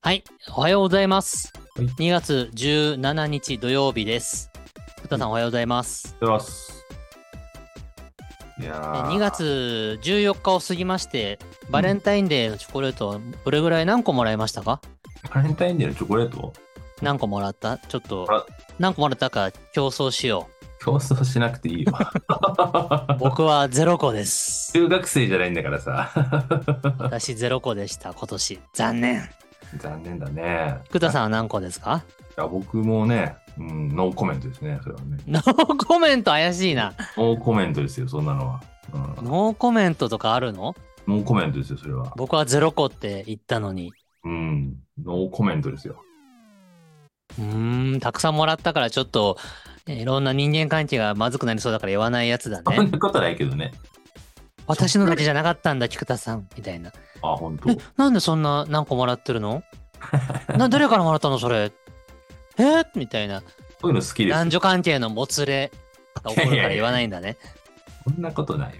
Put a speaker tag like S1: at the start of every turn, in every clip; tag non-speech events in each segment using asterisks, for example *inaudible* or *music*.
S1: はい、おはようございます。
S2: はい
S1: 2月17日土曜日です。ふたさんおはようございます。
S2: おはようございます。いや
S1: え
S2: ー
S1: 2。月14日を過ぎまして、バレンタインデーのチョコレートはどれぐらい何個もらいましたか
S2: バレンタインデーのチョコレート
S1: 何個もらったちょっと
S2: あら、
S1: 何個もらったか競争しよ
S2: 競争しなくて
S1: *laughs*
S2: いいよ。
S1: う。
S2: *laughs*
S1: 僕は0個です。
S2: 中学生じゃないんだからさ。 *laughs*
S1: 私0個でした、今年。残念。
S2: 残念だね。
S1: ふたさん
S2: ん。
S1: は何個ですか
S2: 僕もね、うん、ノーコメントですね、それはね。
S1: ノーコメント怪しいな。
S2: ノーコメントですよ、そんなのは。うん、
S1: ノーコメントとかあるの
S2: ノーコメントですよ、それは。
S1: 僕は0個って言ったのに。
S2: うん、ノーコメントですよ。
S1: うーん、たくさんもらったからちょっと、えーいろんな人間関係がまずくなりそうだから言わないやつだ
S2: そん
S1: ね。
S2: なことないけどね。
S1: 私のだけじゃなかったんだ、菊田さん。みたいな。
S2: あ、本当
S1: え。、なんでそんな何個もらってるのな、誰からもらったのそれ。えーみたいな。
S2: そういうの好きです
S1: 男。女関係のもつれが起こるから言わないんだね。
S2: そんなことない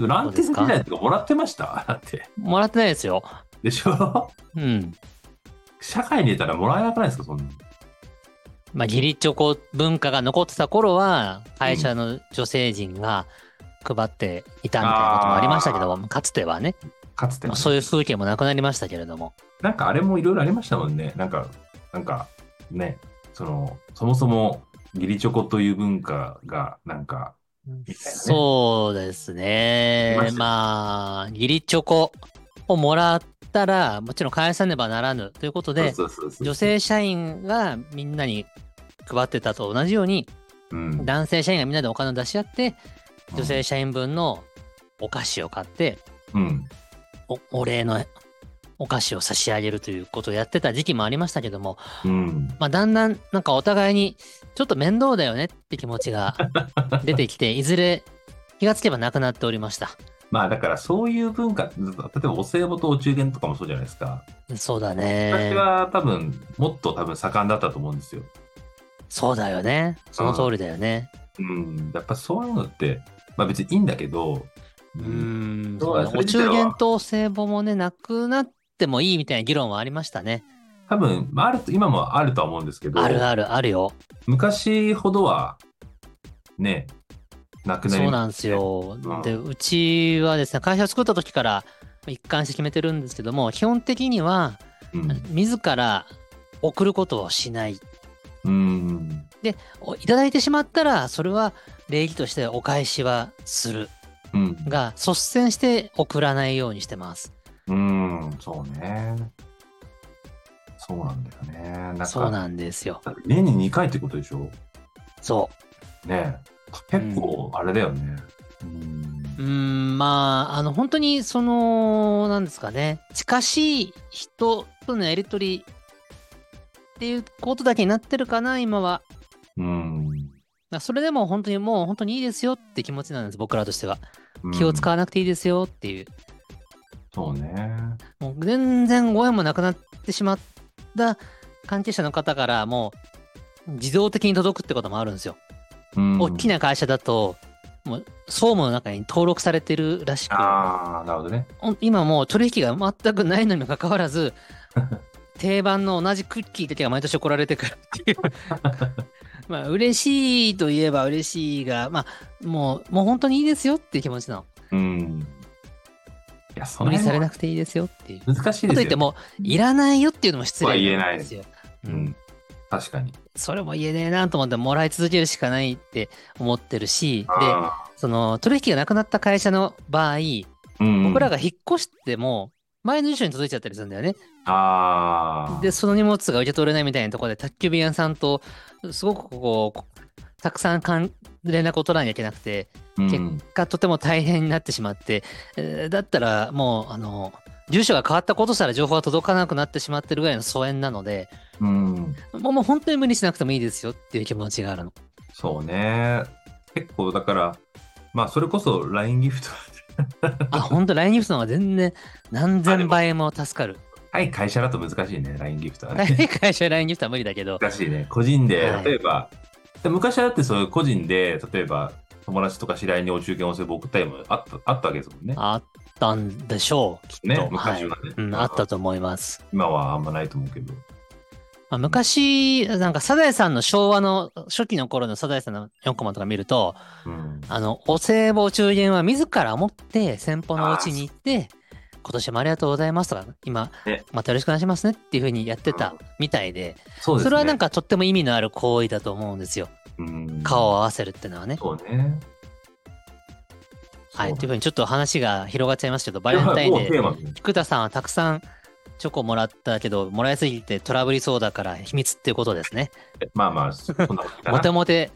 S2: わ。ランテス時代とかもらってましただって。
S1: もらってないですよ。
S2: でしょ *laughs*
S1: うん。
S2: 社会に出たらもらえなくないですかそんな。
S1: まあ、義理チョコ文化が残ってた頃は、会社の女性陣が配っていたみたいなこともありましたけど、かつてはね、
S2: かつて、
S1: まあそういう風景もなくなりましたけれども。
S2: なんかあれもいろいろありましたもんね。なんか、なんかね、その、そもそも義理チョコという文化が、なんか、
S1: そうですね
S2: いまし。た
S1: まあ、義理チョコをもらったら、もちろん返さねばならぬということで、
S2: そうそうそうそう
S1: 女性、社員がみんなに配ってたと同じように、
S2: うん、
S1: 男性社員がみんなでお金を出し合って、
S2: うん
S1: 女性、社員分のお菓子を買って、
S2: うん、
S1: おお礼のお菓子を差し上げるということをやってた時期もありましたけども、
S2: うん、
S1: まあ、だんだんなんかお互いにちょっと面倒だよねって気持ち
S2: *laughs*
S1: が出てきて、いずれ気がつけばなくなっておりました。
S2: まあだからそういう文化、例えばお歳暮とお中元とかもそうじゃないですか。
S1: そうだ
S2: 私
S1: ね。
S2: は多分、もっと多分盛んだったと思うんですよ。
S1: そうだよね。その通りだよね。
S2: うん、やっぱそういうのって、まあ別にいいんだけど、う
S1: うーん。
S2: そ
S1: そうう
S2: だ
S1: だ
S2: そ
S1: ね
S2: れ
S1: お
S2: 自体
S1: 中
S2: は
S1: 元とお歳暮もね、なくなってもいいみたいな議論はありましたね。
S2: 多分、まあ、あると、今もあるとは思うんですけど、
S1: あるあるあるよ。
S2: 昔ほどは、ね、なくなり
S1: そうなんですよ
S2: う。ん
S1: で、うちはですね、会社を作った時から一貫して決めてるんですけども、基本的には、
S2: うん
S1: 自ら送ることをしない。
S2: うん。
S1: おいただいてしまったら、それは礼儀としてお返しはする。
S2: うん。
S1: が、率先して送らないようにしてます。
S2: うん、そうね。そうなんだよね。なんか
S1: そうなんですよ。
S2: 年に2回ってことでしょ
S1: そう。
S2: ねえ結構、あれだよね。うん。
S1: うーん、まあ、あの、本当に、その、なんですかね、近しい人とのやりとりっていうことだけになってるかな、今は。
S2: うん。
S1: まあそれでも本当にもう本当にいいですよって気持ちなんです、僕らとしては。
S2: うん
S1: 気を使わなくていいですよっていう。
S2: そうね。
S1: もう全然ご縁もなくなってしまった関係者の方から、もう自動的に届くってこともあるんですよ。
S2: うん。
S1: 大きな会社だと、もう総務の中に登録されてるらしく。
S2: ああ、なるほどね。
S1: お今もう取引が全くないのにもかかわら
S2: *laughs*
S1: ず定番の同じクッキーだけが毎年怒られてくるっていう *laughs* まあ嬉しいといえば嬉しいがまあもうもう本当にいいですよっていう気持ちなの
S2: うん。いや、そ
S1: 無
S2: の
S1: 理さ
S2: 辺
S1: れ
S2: は
S1: なくていいですよっていうか
S2: 難しいですよ、ね。
S1: といってもういらないよっていうのも失
S2: は言
S1: 礼
S2: えない
S1: んですよ、
S2: う
S1: うん
S2: ん。確かに。
S1: それも言えねえなと思ってもらい続けるしかないって思ってるしで
S2: あ
S1: その取引がなくなった会社の場合
S2: ーうん
S1: 僕らが引っ越しても前の住所に届いちゃったりするんだよね
S2: ああ。
S1: で、その荷物が受け取れないみたいなところで、宅急便屋さんと、すごくこう、たくさん関連絡を取らなきゃいけなくて、
S2: 結
S1: 結果とても大変になってしまって、えーだったらもう、あの、住所が変わったことしたら情報が届かなくなってしまってるぐらいの疎遠なので、
S2: うん、
S1: もうもう本当に無理しなくてもいいですよっていう気持ちがある
S2: *laughs*
S1: の。
S2: そうね。結構だから、まあそれこそ LINE ギフト。
S1: あ、本当 LINE ギフトの方が全然何千倍も助かる。
S2: *laughs* はい、会社だと難しいね、LINE ギフトは
S1: *laughs*
S2: ね。
S1: 会社 LINE ギフトは無理だけど、
S2: 難しいね。個人で
S1: はい、
S2: 例えば、で昔はだってそういう個人で、例えば友達とか知り合いにお中元お歳暮送ったりもあったあったわけですもんね。
S1: あっったんでしょう、きっと。
S2: ね、昔はね、
S1: はいうん、あったと思います。
S2: 今はあんまないと思うけど。
S1: まあ、昔、なんかサザエさんの昭和の初期の頃のサザエさんの4コマとか見ると、
S2: うん。
S1: あの、お歳暮お中元は自ら持って先方のお家に行って、今年もありがとうございますとか、今
S2: ね、
S1: またよろしくお願いしますねっていうふうにやって
S2: う
S1: た
S2: ん
S1: みたいで、
S2: そうです
S1: そ
S2: ね。
S1: れはなん、かとっても意味のある行為だと思うんですよ。
S2: うん、
S1: 顔を合わせるってのはね。
S2: そうね。
S1: はい。というふ
S2: ふう
S1: うにちょっと話が広がっちゃいましたけど、バ
S2: バ
S1: レンタインデー、
S2: ー。
S1: 菊田さんはたくさんチョコもらったけど、もらいすぎてトラブりそうだから秘密っていうことですね。
S2: まあまあ、そんなことかな
S1: モテモテ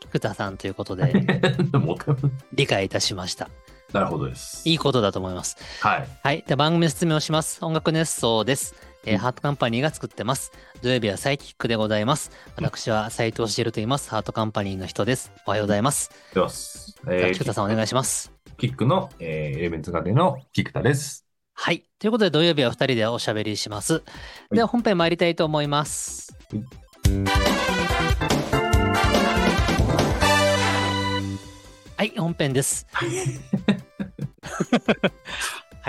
S1: 菊田さんということで
S2: *laughs* モテモテ
S1: 理解いたしました。
S2: なるほどです。
S1: いいことだと思います。
S2: はい。
S1: はい。では番組の説明をします。音楽熱奏です。えー
S2: うん
S1: ハートカンパニーが作ってます。土曜日はサイキックでございます。私は斉藤茂と言います。ハートカンパニーの人です。おはようございます。
S2: では、すえ
S1: では
S2: ー、
S1: 菊田さんお願いします。
S2: キックの、えーエレメンツガーデンのキクタです。
S1: はい。ということで、土曜日は2人でおしゃべりします。では、本編参りたいと思います。はい、本編です。は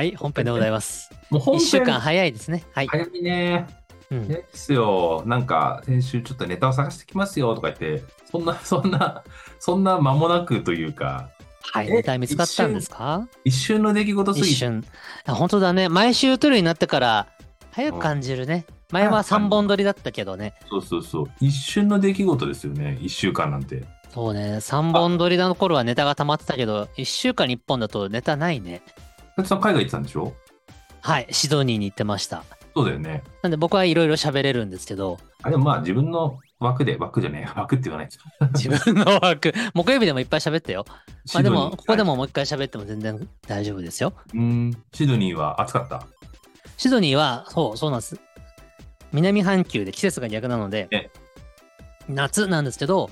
S1: い、本編でございます。
S2: もう
S1: 1
S2: 本
S1: 週間
S2: 編
S1: 早いですね。はい。
S2: 早いね。
S1: うん
S2: 早いですよ。なんか、先週ちょっとネタを探してきますよとか言って、そんな、 *laughs* そんな、そんな間もなくというか、
S1: はい。
S2: え
S1: ネタ見つかったんですか
S2: 一瞬の出来事す
S1: 一
S2: ぎて、
S1: 瞬。あ本当だね。毎週撮るようになってから、早く感じるね。前は3本撮りだったけどね。
S2: そうそうそう、一瞬の出来事ですよね、一週間なんて。
S1: そうね、3本撮りの頃はネタが溜まってたけど、1週間に1本だとネタないね。
S2: だってさん海外行ってたんでしょ
S1: はい、シドニーに行ってました。
S2: そうだよね。
S1: なんで僕はいろいろ喋れるんですけ
S2: *laughs*
S1: ど、
S2: あでもまあ自分の枠で、枠じゃねえ、 *laughs* 枠って言わないです。
S1: 自分の枠、木曜日でもいっぱい喋ったよ。まあでも、ここで
S2: も。
S1: ももう一回喋っても全然大丈夫ですよ。
S2: うん、シドニーは暑かった。
S1: シドニーは、そう、そうなんです。南半球で季節が逆なので
S2: え、
S1: 夏なんですけど、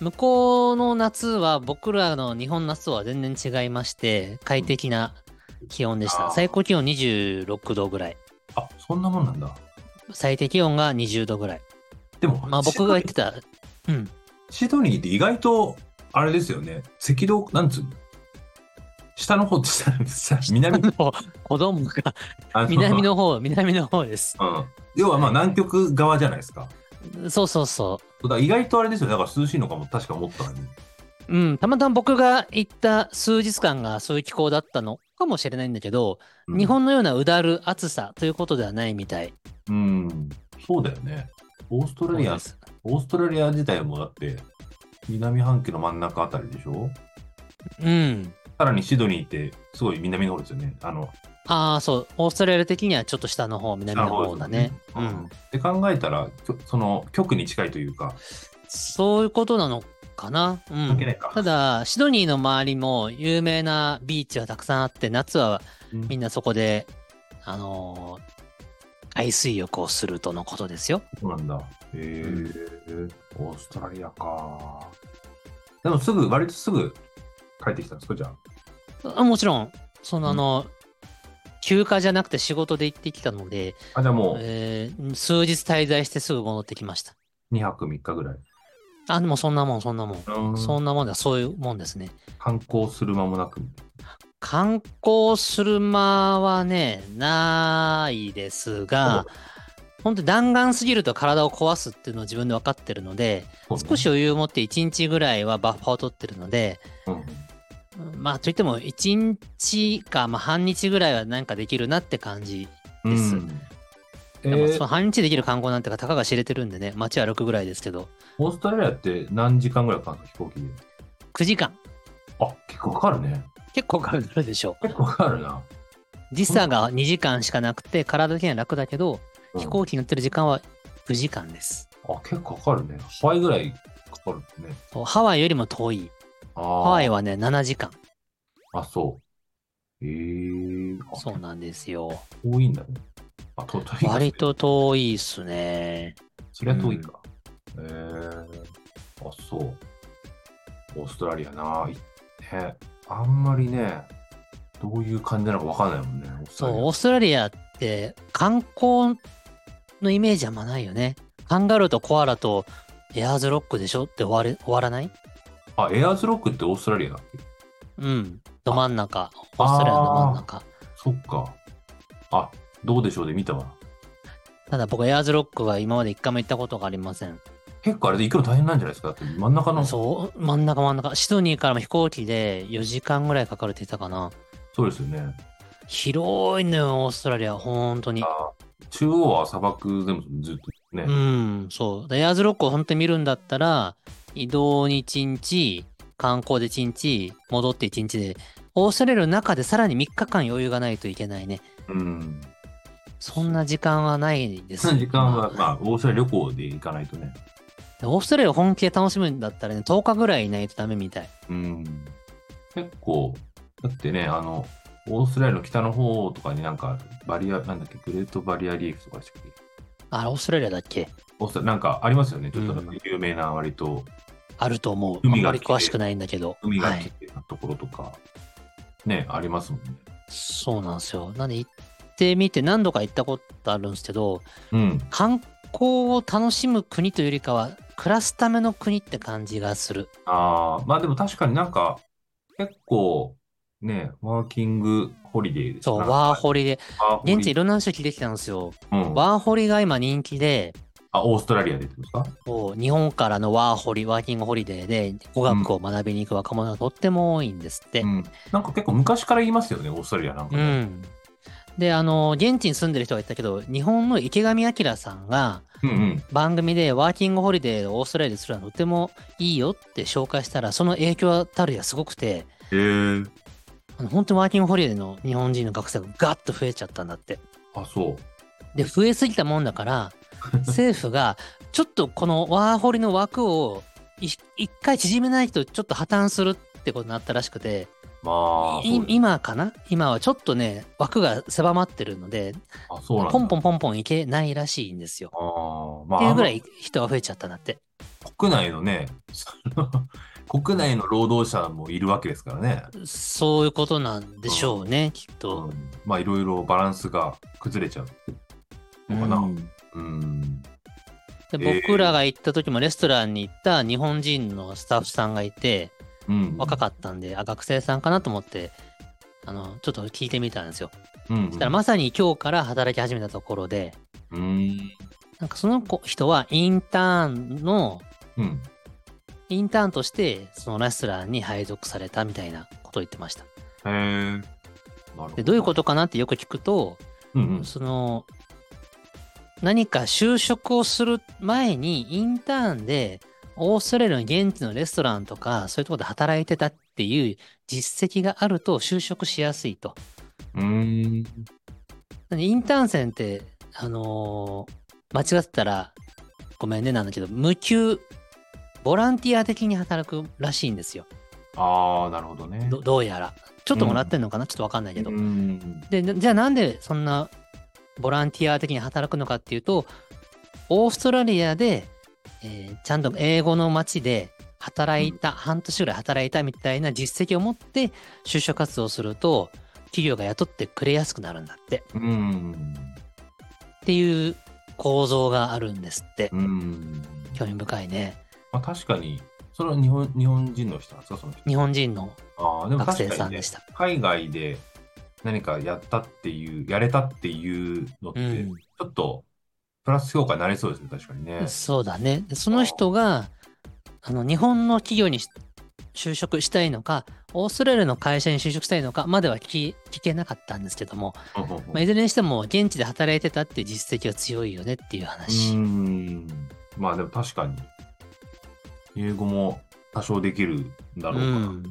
S1: 向こうの夏は僕らの日本の夏とは全然違いまして、快適な気温でした。
S2: あー
S1: 最高気温26度ぐらい。
S2: あ、そんなもんなんだ。
S1: 最低気温が20度ぐらい。
S2: でも、
S1: まあ僕が言ってた、
S2: *laughs*
S1: うん。
S2: シドニーシドニーって意外と、あれですよね、赤道、なんつうの下の方って下下南
S1: あの子供が
S2: あ
S1: *laughs*
S2: の
S1: 南の方、南の方です。
S2: うん、要はまあ南極側じゃないですか。
S1: そうそうそ
S2: だから意外とあれですよ、だから涼しいのかも確か思ったのに。
S1: う。うん。たまたま僕が行った数日間がそういう気候だったのかもしれないんだけど、
S2: うん
S1: 日本のようなうだる暑さということではないみたい。
S2: うん、そうだよね。オーストラリ
S1: そう
S2: ア
S1: で、す
S2: オーストラリア自体もだって、南半球の真ん中あたりでしょ
S1: うん。
S2: さらにシドニーって、すごい南の方ですよね。あの、
S1: ああ、そう。オーストラリア的にはちょっと下の方、南の方だね。
S2: 北
S1: う
S2: の方ですよ
S1: ん。
S2: って考えたら、きょその、極に近いというか、
S1: そういうことなのかな。う。
S2: 関係なんいか。
S1: ただ、シドニーの周りも有名なビーチはたくさんあって、夏は
S2: うん
S1: みんなそこで、あのー海水浴をするとのことですよ。
S2: そうなんだ。へえ、オーストラリアか。でもすぐ、割とすぐ帰ってきたんですか、じゃあ。
S1: あもちろん、その
S2: うん
S1: あの、休暇じゃなくて仕事で行ってきたので、
S2: あ、じゃあもう
S1: えー数日滞在してすぐ戻ってきました。
S2: 2泊3日ぐらい。
S1: あ、でもそんなもん、そんなもん。
S2: うん
S1: そんなもんだ、そういうもんですね。
S2: 観光する間もなく。
S1: 観光する間はね、ないですが、本当に弾丸すぎると体を壊すっていうのを自分で分かってるので、
S2: そうね
S1: 少し余裕を持って1日ぐらいはバッファーを取ってるので、
S2: うん
S1: まあといっても1日か、まあ、半日ぐらいはなんかできるなって感じ、です
S2: うんえ
S1: でも
S2: ー
S1: その半日できる観光なんてかたかが知れてるんでね街歩くぐらいですけど
S2: オーストラリアって何時間ぐらいかかるの飛行機で。
S1: 9時間
S2: あ、結構かかるね。
S1: 結構かかるでしょう
S2: 結構かかるな。
S1: 時差が2時間しかなくて体的には楽だけど、
S2: うん
S1: 飛行機乗ってる時間は9時間です
S2: あ、結構かかるね。ハワイぐらいかかるね。
S1: そうハワイよりも遠い
S2: あ
S1: ハ
S2: ー
S1: ワイはね7時間
S2: あ、そう。えー、あ
S1: そうなんですよ
S2: 遠いんだね。あ、と、遠いか
S1: 割と遠いっすね
S2: そりゃ遠いか。えー、あ、そう。オーストラリアな。いね、あんまりね、どういう感じなのかわかんないもんね。オースト
S1: そ
S2: ラ
S1: う
S2: リア
S1: オーストラリアって観光のイメージあんまないよねカンガルーとコアラとエアーズロックでしょって終われ終わらない
S2: あ、エアーズロックってオーストラリアだっけ
S1: うんど真ん中オーストラリアのど真ん中
S2: そっか。あ、どうでしょうで見たわ。
S1: ただ僕、エアーズロックは今まで一回も行ったことがありません。
S2: 結構あれで行くの大変なんじゃないですかだって真ん中の、そう
S1: そう、真ん中真ん中。シドニーからも飛行機で4時間ぐらいかかるって言ってたかな。
S2: ですよね。
S1: 広いのよ、オーストラリア、本当に。
S2: あ中央は砂漠でもずっとね。
S1: うん、そう。でエアーズロックを本当に見るんだったら、移動に1日、観光で1日、戻って1日で、オーストラリアの中でさらに3日間余裕がないといけないね。
S2: うん。
S1: そんな時間はないです
S2: そ。の時間は、まあ、オーストラリア旅行で行かないとね。
S1: でオーストラリアを本気で楽しむんだったらね、10日ぐらいいないとダメみたい。
S2: うん。結構、だってね、あの、オーストラリアの北の方とかになんか、バリア、なんだっけ、グレートバリアリーフとかでしたっけ
S1: あ、オーストラリアだっけ
S2: オーストラリアなんかありますよね。ちょっとなんか
S1: うん
S2: 有名な割と
S1: あると思う。あん
S2: 海が
S1: まり詳しくないんだけど。
S2: 海
S1: は
S2: が綺
S1: い。
S2: 麗なところとか、ね、ありますもんね。
S1: そうなんですよ。なんで行ってみて、何度か行ったことあるんですけど、
S2: うん。
S1: 観光を楽しむ国というよりかは、暮らすための国って感じがする。
S2: ああ、まあでも確かになんか、結構、ね、ワーキングホリデーです
S1: そう、
S2: なんか
S1: ワーホリで。
S2: ワーホリ
S1: 現地いろんな話を聞いてきたんですよ。
S2: うん
S1: ワーホリが今人気で、
S2: あ、オーストラリアでってことですか
S1: こう日本からのワーホリ、ワーキングホリデーで語学を学びに行く若者がとっても多いんですって。
S2: うん。なんか結構昔から言いますよね、オーストラリアなんか
S1: う
S2: ね。
S1: ん。で、あの、現地に住んでる人が言ったけど、日本の池上彰さんが
S2: うんうん。
S1: 番組でワーキングホリデーをオーストラリアでするのはとてもいいよって紹介したら、その影響はたるやすごくて、
S2: へえ。
S1: あの本当にワーキングホリデーの日本人の学生がガッと増えちゃったんだって。
S2: あ、そう。
S1: で、増えすぎたもんだ
S2: *laughs*
S1: から、政府がちょっとこのワーホリの枠をい一回縮めないとちょっと破綻するってことになったらしくて、
S2: まあ、
S1: い
S2: そうです
S1: 今かな今はちょっとね、枠が狭まってるので、
S2: あ、そうなんだ。
S1: ポンポンポンポンいけないらしいんですよ。
S2: あ
S1: っ
S2: あ、まあ、
S1: ていうぐら
S2: あん
S1: い人が増えちゃったんだって。
S2: ま国内のね、 *laughs* その国内の労働者もいるわけですからね。
S1: そういうことなんでしょうね、きっと。
S2: うんまあ、いろいろバランスが崩れちゃうのかな。
S1: うん
S2: うん。
S1: で
S2: えー
S1: 僕らが行った時もレストランに行った日本人のスタッフさんがいて、
S2: うん。
S1: 若かったんで、あ、学生さんかなと思って、あの、ちょっと聞いてみたんですよ。
S2: うんうん
S1: そしたらまさに今日から働き始めたところで、
S2: うん。
S1: なんかその子人はインターンの、
S2: うん。
S1: インターンとしてそのレストランに配属されたみたいなことを言ってました。
S2: へえ。なるほ
S1: で、どういうことかなってよく聞くと、
S2: うんうん。
S1: その、何か就職をする前にインターンでオーストラリアの現地のレストランとかそういうところで働いてたっていう実績があると就職しやすいと。
S2: うん。
S1: なんでインターン生って、あのー間違ってたら、ごめんねなんだけど、無給、ボランティア的に働くらしいんですよ。
S2: ああ、なるほどね。
S1: どどうやら。ちょっともらってんのかな、ちょっとわかんないけど
S2: う。ん。
S1: で、なじゃあなんでそんなボランティア的に働くのかっていうと、オーストラリアで、えーちゃんと英語の街で働いた、半年ぐらい働いたみたいな実績を持って就職活動をすると、企業が雇ってくれやすくなるんだって。
S2: うん。
S1: っていう構造があるんですって
S2: う。ん。
S1: 興味深いね。
S2: まあ、確かに、それは日本日本人の人なんですか、その人。
S1: 日本人の
S2: ああ、でも
S1: 学
S2: 確
S1: 生
S2: か
S1: さ
S2: に
S1: ん
S2: ね
S1: でし、た。
S2: 海外で何かやったっていう、やれたっていうのって、
S1: うん
S2: ちょっとプラス評価になりそうですね、確かにね。
S1: そうだね。でその人が、あの、日本の企業にし就職したいのか、オーストラリアの会社に就職したいのかまでは聞き聞けなかったんですけども、
S2: ほんほんほん
S1: まあ、いずれにしても現地で働いてたっていう実績は強いよねっていう
S2: う
S1: 話。
S2: ーん。まあでも確かに、英語も多少できるんだろうから。
S1: うん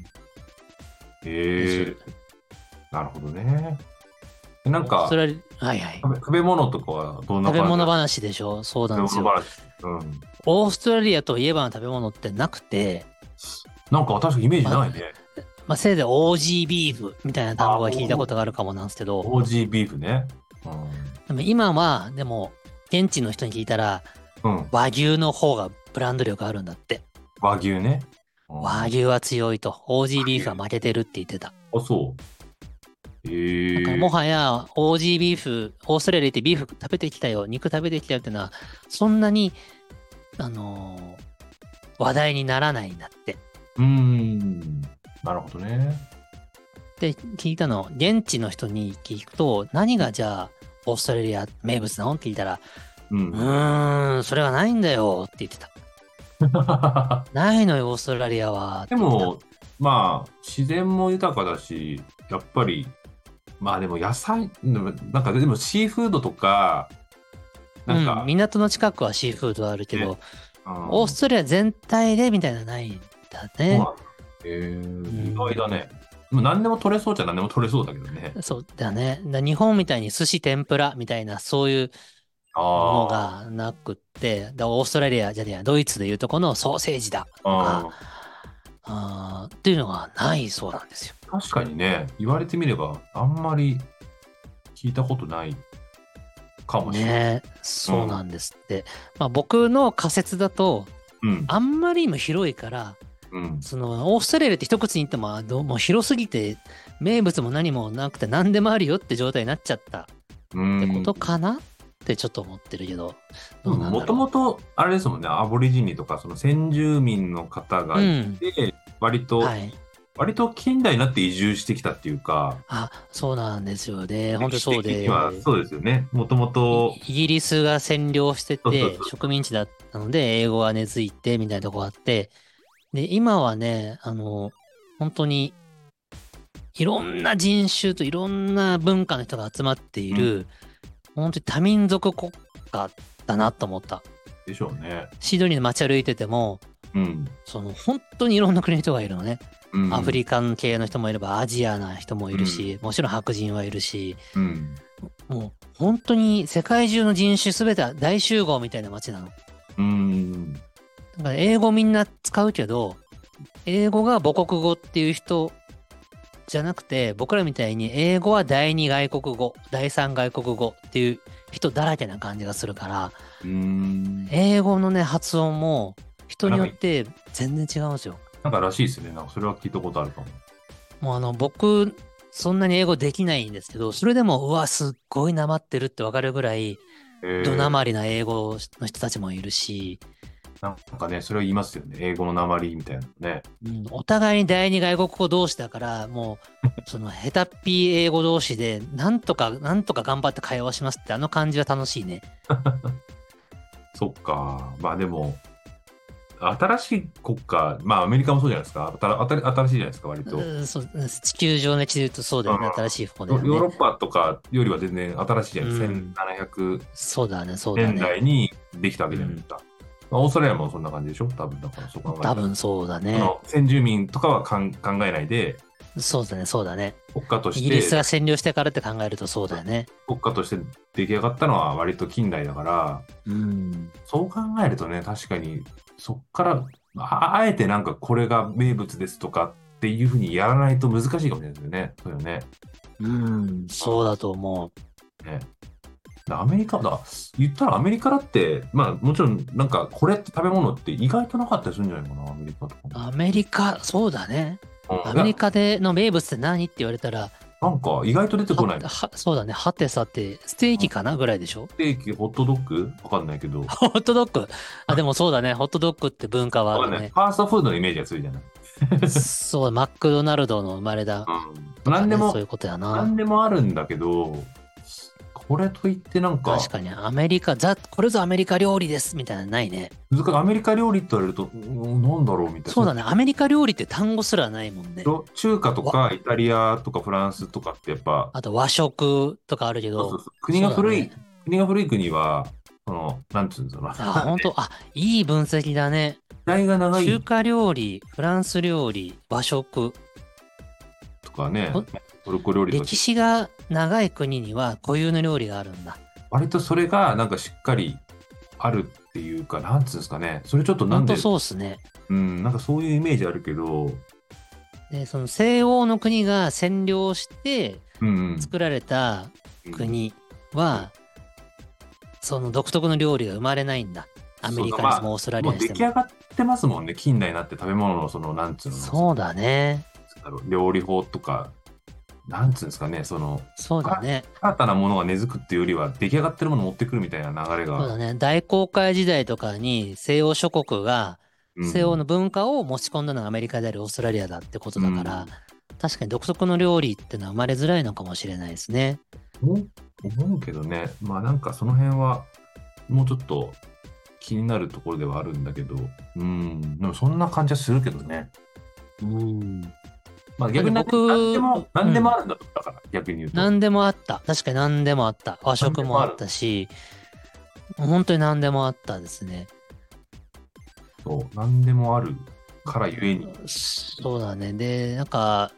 S2: へ
S1: で
S2: え
S1: す
S2: なるほどね。でなん
S1: オース
S2: か
S1: ト、ラリア、はいはい。
S2: 食べ食べ物とかはどんな
S1: 食べ物
S2: 感
S1: 話でしょそう
S2: じ
S1: なんです
S2: 食べ
S1: よ。
S2: 物話。うん。
S1: オーストラリアといえばの食べ物ってなくて、
S2: なんか確かイメージないね。
S1: まあ、せいぜい OG ビーフみたいな単語は聞いたことがあるかもなんですけど、
S2: オージービーフね。
S1: でも今は、でも、現地の人に聞いたら、
S2: うん。うん。
S1: 和牛の方がブランド力あるんだって。
S2: 和牛ね。うん
S1: 和牛は強いと。OG ビーフは負けてるって言ってた。
S2: あ、そう。へ
S1: だ
S2: え
S1: からもはや、OG ビーフ、オーストラリア行ってビーフ食べてきたよ、肉食べてきたよってのは、そんなに、あのー話題にならないんだって。
S2: うーん。なるほどね。
S1: で聞いたの現地の人に聞くと何がじゃあオーストラリア名物なのって聞いたら
S2: う。
S1: うんーんそれがないんだよって言ってたないのよオーストラリアは
S2: *laughs* でも、まあ、自然も豊かだし、やっぱり、まあでも野菜、でもなんかでもシーフードとか、
S1: な
S2: なんん
S1: か、
S2: か、
S1: うん港の近くはシーフードあるけど、
S2: うん
S1: オーストラリア全体でみたいなのないんだ
S2: そう
S1: ね
S2: なんだへ
S1: ん
S2: ー意外だね。でも何でも取れそうじゃ何でも取れそうだけどね。
S1: そうだねだ日本みたいに寿司天ぷらみたいなそういうもの
S2: あ
S1: がなくってだオーストラリアじゃねえやドイツでいうとこのソーセージだ
S2: あ
S1: が
S2: あ
S1: あーっていうのがないそうなんですよ。
S2: ー。確かにね、言われてみれば、あんまり聞いたことないかもしれない。
S1: ねそうなんですって。まあ、僕の仮説だと
S2: うん。
S1: あんまりにも広いから
S2: うん。
S1: そのオーストラリアって一口に言ってもあどうも広すぎて名物も何もなくて何でもあるよって状態になっちゃったっ
S2: うん
S1: てことかなってちょっと思ってるけどどうなんだろう
S2: もともと、あれですもんね、アボリジニとか、その先住民の方が
S1: う
S2: い
S1: ん
S2: て、割と、
S1: はい、
S2: 割と近代になって移住してきたっていうか、
S1: あそうなんですよね本当そう
S2: 歴史的
S1: で
S2: にはそうですよね。もともと、
S1: イギリスが占領して
S2: そうそう
S1: て
S2: そう
S1: 植民地だったので英語が根付いてみたいなとこがあってで今はねあの本当にいろんな人種といろんな文化の人が集まっている、本当に多民族国家だなと思った
S2: でしょうね。
S1: シドニーの街歩いてても
S2: うん。
S1: その本当にいろんな国の人がいるのね、
S2: うん
S1: アフリカン系の人もいればアジアな人もいるし、もちろん白人はいるし、
S2: うん。
S1: もう本当に世界中の人種すべて大集合みたいな街なの。
S2: うん。
S1: だから英語みんな使うけど、英語が母国語っていう人じゃなくて、僕らみたいに英語は第二外国語、第三外国語っていう人だらけな感じがするから、
S2: うん。
S1: 英語のね、発音も人によって全然違うんですよ。
S2: なんからしいですね。なんかそれは聞いたことあるかも。
S1: もうあの、僕、そんなに英語できないんですけど、それでも、うわ、すっごいなまってるってわかるぐらい、
S2: えー
S1: どなまりな英語の人たちもいるし、
S2: なんかね、それは言いますよね。英語の鉛みたいなのね。
S1: うん、お互いに第二外国語同士だからも
S2: *laughs*
S1: うそのヘタッピー英語同士でなんとかなんとか頑張って会話しますってあの感じは楽しいね
S2: そっか。まあでも、新しい国家、まあアメリカもそうじゃないですか。あた新新しいじゃないですか、割と。
S1: う
S2: ヨ
S1: んそう地球上の地で言うとそうだよね
S2: うん
S1: 新しい方だ
S2: ヨ
S1: よ
S2: ーロ
S1: ね
S2: ッパとかよりは全然新しいじゃないですか。
S1: うん
S2: 1700
S1: そうだねそうだ
S2: 年
S1: ね
S2: 代にできたわけじゃないですか。まあオーストラリアもそんな感じでしょ多分だからそこ考えた
S1: 多
S2: ら
S1: 分そうだ
S2: そ
S1: ね
S2: の先住民とかはかん考えないで、
S1: そうだねそうだね
S2: 国家と
S1: イ
S2: し
S1: ギリス
S2: て、
S1: が占領してからって考えるとそうだよね
S2: 国家として出来上がったのは割と近代だから、
S1: うん
S2: そう考えるとね、確かに、そっから、ああえてなんかこれが名物ですとかっていうふうにやらないと難しいかもしれないですよね。そうよね。
S1: うんそうだと思
S2: ねアメリカだ、言ったらアメリカだって、まあもちろんなんかこれって食べ物って意外となかったりするんじゃないかな、アメリカとか
S1: う
S2: も。
S1: アメリカそうだね
S2: うん
S1: アメリカでの名物って何って言われたら
S2: なんか意外と出てこない。
S1: は
S2: ス
S1: はそうだねはてさてステーキかなぐらいでしょ
S2: テーキ、ホットドッグわかんな
S1: *laughs*
S2: いけど。
S1: ホットドッグ。あ、でもそうだね。ホットドッグって文化は
S2: わ
S1: あ
S2: かん
S1: る
S2: ない。
S1: ね
S2: フ。ァーストフードのイメージが強いじゃない。
S1: そう、マクドナルドの生まれだ。
S2: うん。何で
S1: ね
S2: も
S1: そうい、うことやな
S2: 何。でもあるんだけど、これといってなんか、
S1: 確かに、アメリカ、ザ、これぞアメリカ料理ですみたいなのないね。
S2: 難しいアメリカ料理って言われると、うんなんだろうみたいな。
S1: そうだね。アメリカ料理って単語すらないもんね。
S2: 中華とかイタリアとかフランスとかってやっぱ、
S1: あと和食とかあるけ
S2: そうそう
S1: ど。
S2: そう国が古い、
S1: そうだね
S2: 国が古い国は、その、なんつうんだろうな。
S1: あ、本当あ、いい分析だね。
S2: 時代が長
S1: 中
S2: い
S1: 華料理、フランス料理、和食。
S2: とかね
S1: ほん、
S2: トルコ料理とか
S1: 歴、史が長い国には固有の料理があるんだ。
S2: 割とそれがなんかしっかりあるっていうか、なんつうんですかね。それちょっとな
S1: 本
S2: ん
S1: 当
S2: で、
S1: そうっすね。
S2: うん、なんかそういうイメージあるけど、
S1: で、その西欧の国が占領して、
S2: うん、
S1: 作られた
S2: うん、
S1: 国は、その独特の料理が生まれないんだ。アメリカに
S2: そう
S1: して
S2: だま
S1: もオーストラリ
S2: も
S1: ア
S2: う
S1: に
S2: 出
S1: して
S2: 来
S1: も。
S2: 上がってますもんね近代になって食べ物のそのなんつうの
S1: そうだね。
S2: なんだろう料理法とかなんつうんですかねその
S1: そうだね。
S2: 新たなものが根付くっていうよりは出来上がってるものを持ってくるみたいな流れ
S1: そう
S2: が
S1: だね。大航海時代とかに西欧諸国が
S2: うん
S1: 西欧の文化を持ち込んだのがアメリカでありオーストラリアだってことだから、確かに独特の料理ってのは生まれづらいのかもしれないですね。
S2: 思思うけどね、まあなんかその辺は、もうちょっと気になるところではあるんだけど、うん、でもそんな感じはするけどね。
S1: うん。
S2: まあ逆に
S1: なんか僕
S2: 何
S1: う
S2: でも、何でも
S1: ん
S2: あるんだと、だから逆に言うと。
S1: 何でもあった。確かに何でもあった。和食もあったし、本当に何でもあったですね。
S2: そう、何でもあるからゆえに。
S1: そうだね。で、なんか、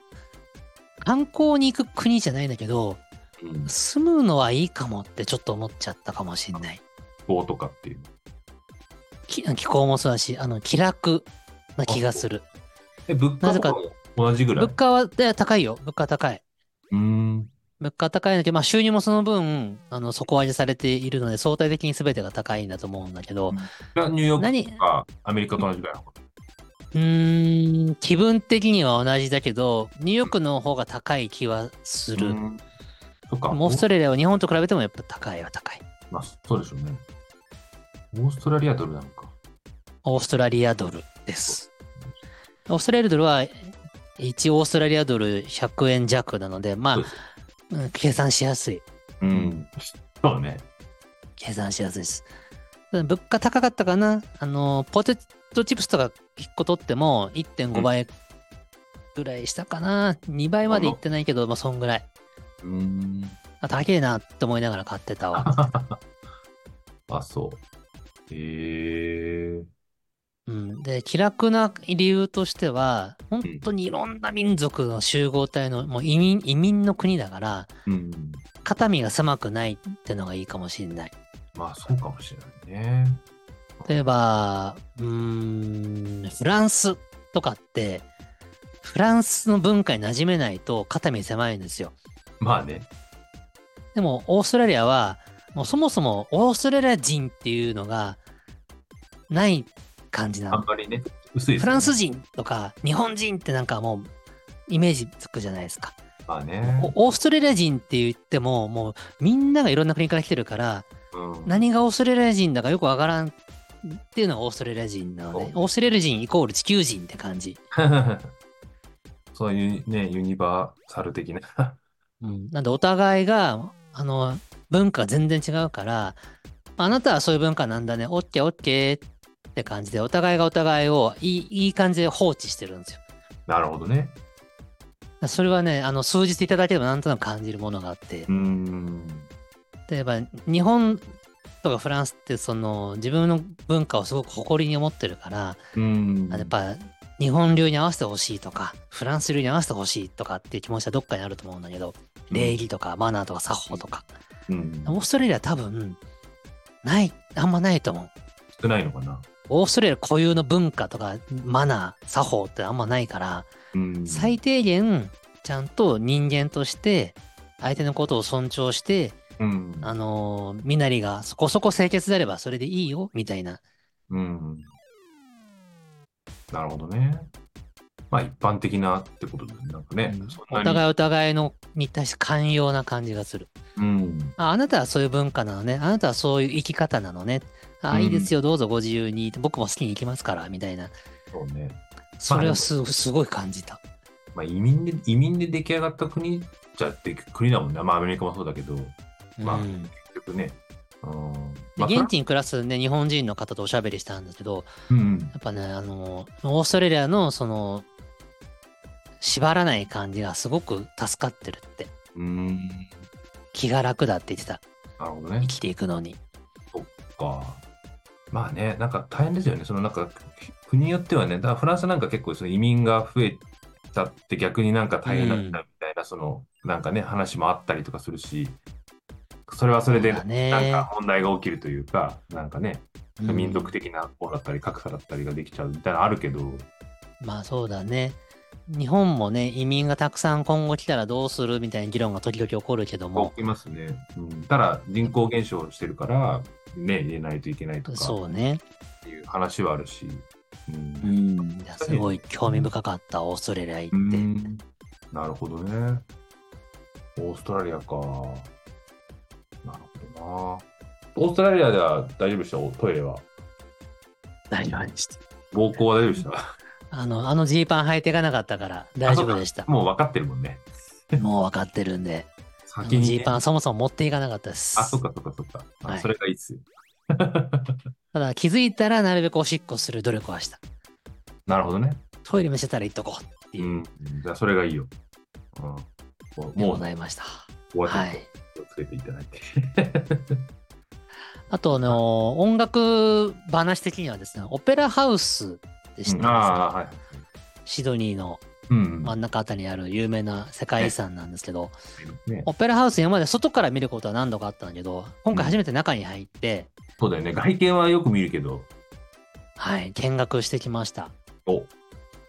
S1: 観光に行く国じゃないんだけど、
S2: うん、
S1: 住むのはいいかもってちょっと思っちゃったかもしれない。
S2: 棒とかっていう。
S1: き気候もそうだし、あの、気楽な気がする。
S2: え、物価とか
S1: な
S2: も同じぐらい。
S1: 物価は、で高いよ。物価高い。
S2: うーん。
S1: 物価高いんだけど、まあ収入もその分、あの、底上げされているので、相対的に全てが高いんだと思うんだけど、
S2: がニューヨー
S1: 何
S2: クとかアメリカと同じぐらいのこと。
S1: うーん、気分的には同じだけど、ニューヨークの方が高い気はす
S2: う
S1: る。
S2: んとか、
S1: オーストラリアは日本と比べてもやっぱ高いは高い。
S2: まあ、そうでしょうね。オーストラリアドルなのか。
S1: オーストラリアドルです。オーストラリアドルは、1オーストラリアドル100円弱なので、まあ
S2: そうです、
S1: うん計算しやすい。
S2: うん。そうね。
S1: 計算しやすいです。ただ物価高かったかなあの、ポテトチップスとか1個取っても1.5倍ぐらいしたかな、?2 倍までいってないけど、まあ、そんぐらい。
S2: うーん。
S1: あ、高えなって思いながら買ってたわ。
S2: あ、そう。へえ
S1: うん、で気楽な理由としては本当にいろんな民族の集合体のもう移民移民の国だから
S2: うん。
S1: 肩身が狭くないってのがいいかもしれない
S2: まあ、そうかもしれないね。
S1: 例えばうーんフランスとかってフランスの文化に馴染めないと肩身狭いんですよ
S2: まあね。
S1: でもオーストラリアはもうそもそもオーストラリア人っていうのがない感じな
S2: あ
S1: の
S2: んまりね、薄いです、ね。
S1: フランス人とか日本人ってなんかもうイメージつくじゃないですか
S2: まあね。
S1: おオーストラリア人って言っても、もうみんながいろんな国から来てるから、
S2: うん *laughs*
S1: 何がオーストラリア人だかよくわからんっていうのがオーストラリア人なので、
S2: そう
S1: オーストラリア人イコール地球人って感じ。
S2: そういうね、ユニバーサル的な。 *laughs*
S1: うん、なんでお互いが、あの、文化が全然違うから、あなたはそういう文化なんだね、オッケーオッケーって感じで、お互いがお互いをいいいい感じで放置してるんですよ。
S2: なるほどね。
S1: それはね、あの、数日いただければなんとなく感じるものがあって、
S2: うーん。
S1: 例えば日本とかフランスってその自分の文化をすごく誇りに思ってるから、
S2: うーん。
S1: やっぱ日本流に合わせてほしいとかフランス流に合わせてほしいとかっていう気持ちはどっかにあると思うんだけど礼儀とかマナーとか作法とか、
S2: うん、
S1: オーストラリアは多分ないあんまないと思う
S2: 少ないのかな。
S1: オーストラリア固有の文化とかマナー作法ってあんまないから
S2: うん
S1: 最低限ちゃんと人間として相手のことを尊重して
S2: うん。
S1: あのー身なりがそこそこ清潔であればそれでいいよみたいな。
S2: うん。なるほどね。まあ一般的なってことで、なんかね、そ
S1: お
S2: んなに。
S1: 互いお互いのに対して寛容な感じがする。
S2: うん。
S1: ああなたはそういう文化なのね。あなたはそういう生き方なのね。
S2: う
S1: あ
S2: ん
S1: いいですよ、どうぞご自由に。僕も好きに行きますから、みたいな。
S2: そうね。
S1: それはすすごい感じた。
S2: まあ移民で、移民で出来上がった国じゃって国だもんね。まあアメリカもそうだけど、結まあ
S1: うんで
S2: 局ね。うん。まあ、
S1: 現地に暮らす、ね、日本人の方とおしゃべりしたんだけど、
S2: うん。
S1: やっぱね、あのーオーストラリアのその、縛らない感じがすごく助かってるって。
S2: うん。
S1: 気が楽だって言ってた。
S2: なるほどね
S1: 生。きていくのに。
S2: か。まあね、なんか大変ですよね。そのなんか国によってはね、だからフランスなんか結構その移民が増えたって逆になんか大変だったみたいな、そのなんかね、話もあったりとかするし、それはそれで
S1: そう
S2: な
S1: だね
S2: んか問題が起きるというか、なんかね、
S1: うん
S2: 民族的な方だったり格差だったりができちゃうみたいなのあるけど、
S1: まあそうだね。日本もね、移民がたくさん今後来たらどうするみたいな議論が時々起こるけども、
S2: 起きますね。うん、ただ人口減少してるから、ね、入れないといけないとかっ
S1: そうね。
S2: ていう話はあるし、うん
S1: いやすごい興味深かった、オーストラリア行
S2: う
S1: って。
S2: んなるほどね。オーストラリアか。なるほどな。オーストラリアでは大丈夫でしたおトイレは。
S1: 何話して
S2: 暴行は大丈夫でした
S1: あの、あのジーパン履いていかなかったから大丈夫でした。
S2: *laughs* もう分かってるもんね。
S1: もう分かってるんで。あの
S2: 先
S1: ジ
S2: に、
S1: ー
S2: ね。
S1: パンそもそも持っていかなかったです。
S2: あ、そっかそっかそっか。あ
S1: はい
S2: それがいいっすよ。
S1: ただ気づいたらなるべくおしっこする努力はした。
S2: なるほどね。
S1: トイレ見せたら行っとこうって
S2: う。
S1: いうん
S2: じゃあ、それがいいよ。うん。もう、
S1: で
S2: も
S1: ご
S2: う
S1: ざいました。
S2: 終わ
S1: は
S2: っ
S1: い。
S2: 気をつけていただいて。
S1: あと、あのー音楽話的にはですね、オペラハウスでしてますか
S2: ああ、はい。
S1: シドニーの
S2: うん。
S1: 真ん中あたりにある有名な世界遺産なんですけど、
S2: ね、
S1: オペラハウス今まで外から見ることは何度かあったんだけど、今回初めて中に入って、
S2: そうだよね。外見はよく見るけど。
S1: はい、見学してきました。
S2: お。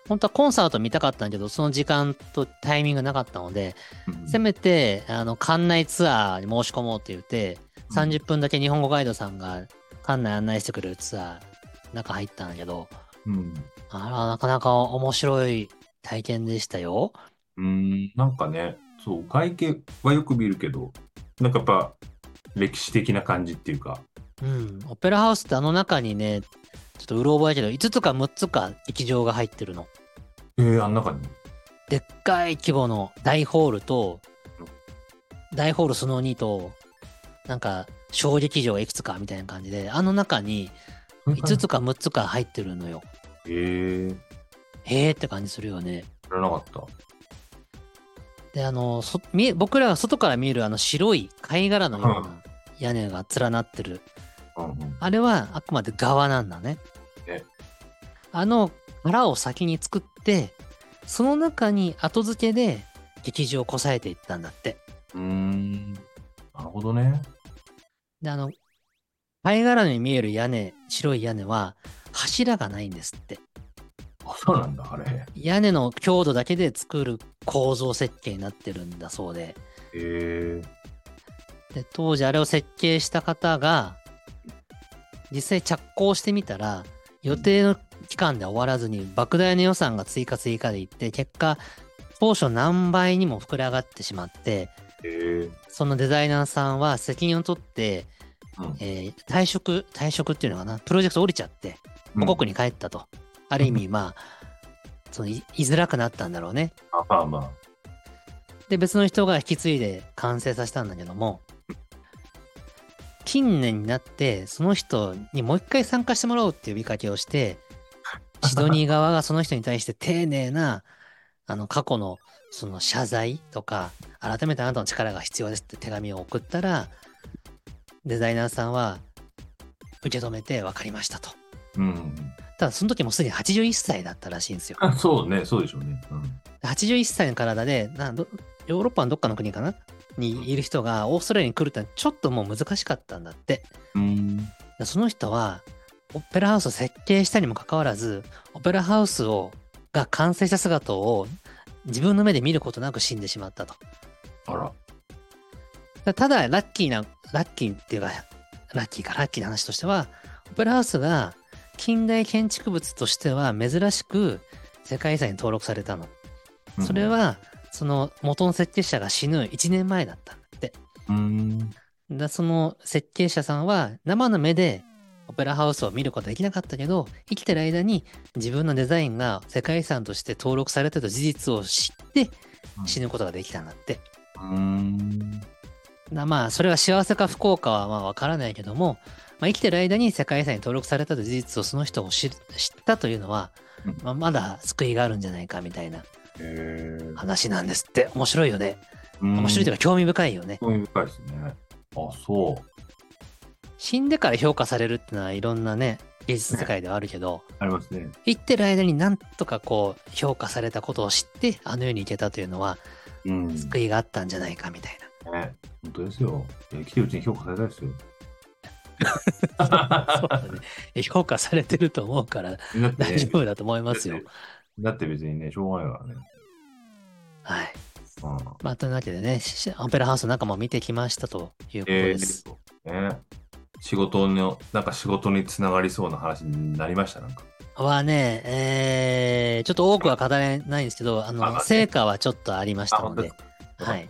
S1: 本当はコンサート見たかったんだけど、その時間とタイミングなかったので、
S2: うん
S1: せめて、あの、館内ツアーに申し込もうって言って、30分だけ日本語ガイドさんが館内案内してくれるツアー、中入ったんだけど、
S2: うん。
S1: あら、なかなか面白い体験でしたよ。
S2: うん、なんかね、そう、外見はよく見るけど、なんかやっぱ、歴史的な感じっていうか。
S1: うん。オペラハウスってあの中にね、ちょっとうろ覚えやけど、5つか6つか劇場が入ってるの。
S2: えー、あの中に。
S1: でっかい規模の大ホールと、大ホールその2と、なんか、小劇場がいくつかみたいな感じで、あの中に5つか6つか入ってるのよ。
S2: えー、
S1: へーって感じするよね。
S2: 知らなかった。
S1: で、あの、そ見え僕らが外から見えるあの白い貝殻のよう
S2: う
S1: な屋根が連なってる。
S2: うんうん、
S1: あれはあくまで側なんだね
S2: ね。
S1: あの殻を先に作って、その中に後付けで劇場をこさえていったんだって。
S2: うーん。なるほどね。
S1: で、あの、貝殻に見える屋根、白い屋根は柱がないんですって。
S2: あ、そうなんだ、あれ。へ
S1: 屋根の強度だけで作る構造設計になってるんだそうで。
S2: え
S1: で当時あれを設計した方が実際着工してみたら予定の期間では終わらずに莫大な予算が追加追加でいって結果当初何倍にも膨れ上がってしまって
S2: ー、え
S1: そのデザイナーさんは責任を取って、
S2: うん
S1: えー退職退職っていうのかなプロジェクト降りちゃって
S2: ー。
S1: 母
S2: 僕
S1: 国に帰ったと、ある意味まあそのい居づらくなったんだろうね
S2: あ、まあまあ。
S1: で別の人が引き継いで完成させたんだけども近年になってその人にもう一回参加してもらおうっていう呼びかけをしてシドニー側がその人に対して丁寧なあの過去のその謝罪とか改めてあなたの力が必要ですって手紙を送ったらデザイナーさんは受け止めて分かりましたと
S2: うん。
S1: ただその時もうすでに81歳だったらしいんですよ
S2: あ *laughs* そうね、そうでしょうね。うん。
S1: 81歳の体でなどヨーロッパのどっかの国かなにいる人がオーストラリアに来るってのはちょっともう難しかったんだって
S2: うん。
S1: でその人はオペラハウスを設計したにもかかわらずオペラハウスをが完成した姿を自分の目で見ることなく死んでしまったと
S2: あら。
S1: だただラッキーなラッキーっていうかラッキーかラッキーな話としてはオペラハウスが近代建築物としては珍しく世界遺産に登録されたの
S2: うん
S1: それ、は、その元の設計者が死ぬ1年前だったんだって。
S2: うん。
S1: だその設計者さんは生の目でオペラハウスを見ることはできなかったけど、生きてる間に自分のデザインが世界遺産として登録されてた事実を知って死ぬことができたんだって。
S2: うん。
S1: だまあ、それは幸せか不幸かはまあわからないけども、まあ、生きてる間に世界遺産に登録されたという事実をその人を知知ったというのは
S2: うん、
S1: まあ、まだ救いがあるんじゃないかみたいな
S2: へえー。
S1: 話なんですって。面白いよね。
S2: 面
S1: 面白いというか興味深いよね。
S2: 興味深いですね。あ、そう。
S1: 死んでから評価されるってのはいろんなね芸術世界ではあるけど、
S2: ありますね。
S1: 生きてる間になんとかこう評価されたことを知ってあの世に行けたというのは
S2: うん。ね、
S1: 救いがあったんじゃないかみたいな。
S2: 本当ですよ。いや生きてるうちに評価されたいですよ。
S1: *laughs*
S2: *laughs*
S1: そうだねえ評価されてると思うから
S2: だってね、
S1: 大丈夫だと思いますよ。
S2: だって別にね、しょうがないからね。
S1: はい。
S2: うん。
S1: まあ、というわけでね、しオペラハウスの中も見てきましたということ
S2: え
S1: です。
S2: ーね、仕事の、なんか仕事につながりそうな話になりました、なんか。
S1: はね、えー、ちょっと多くは語れないんですけど、あの、
S2: あまあね
S1: 成果はちょっとありましたので
S2: あ、
S1: はい。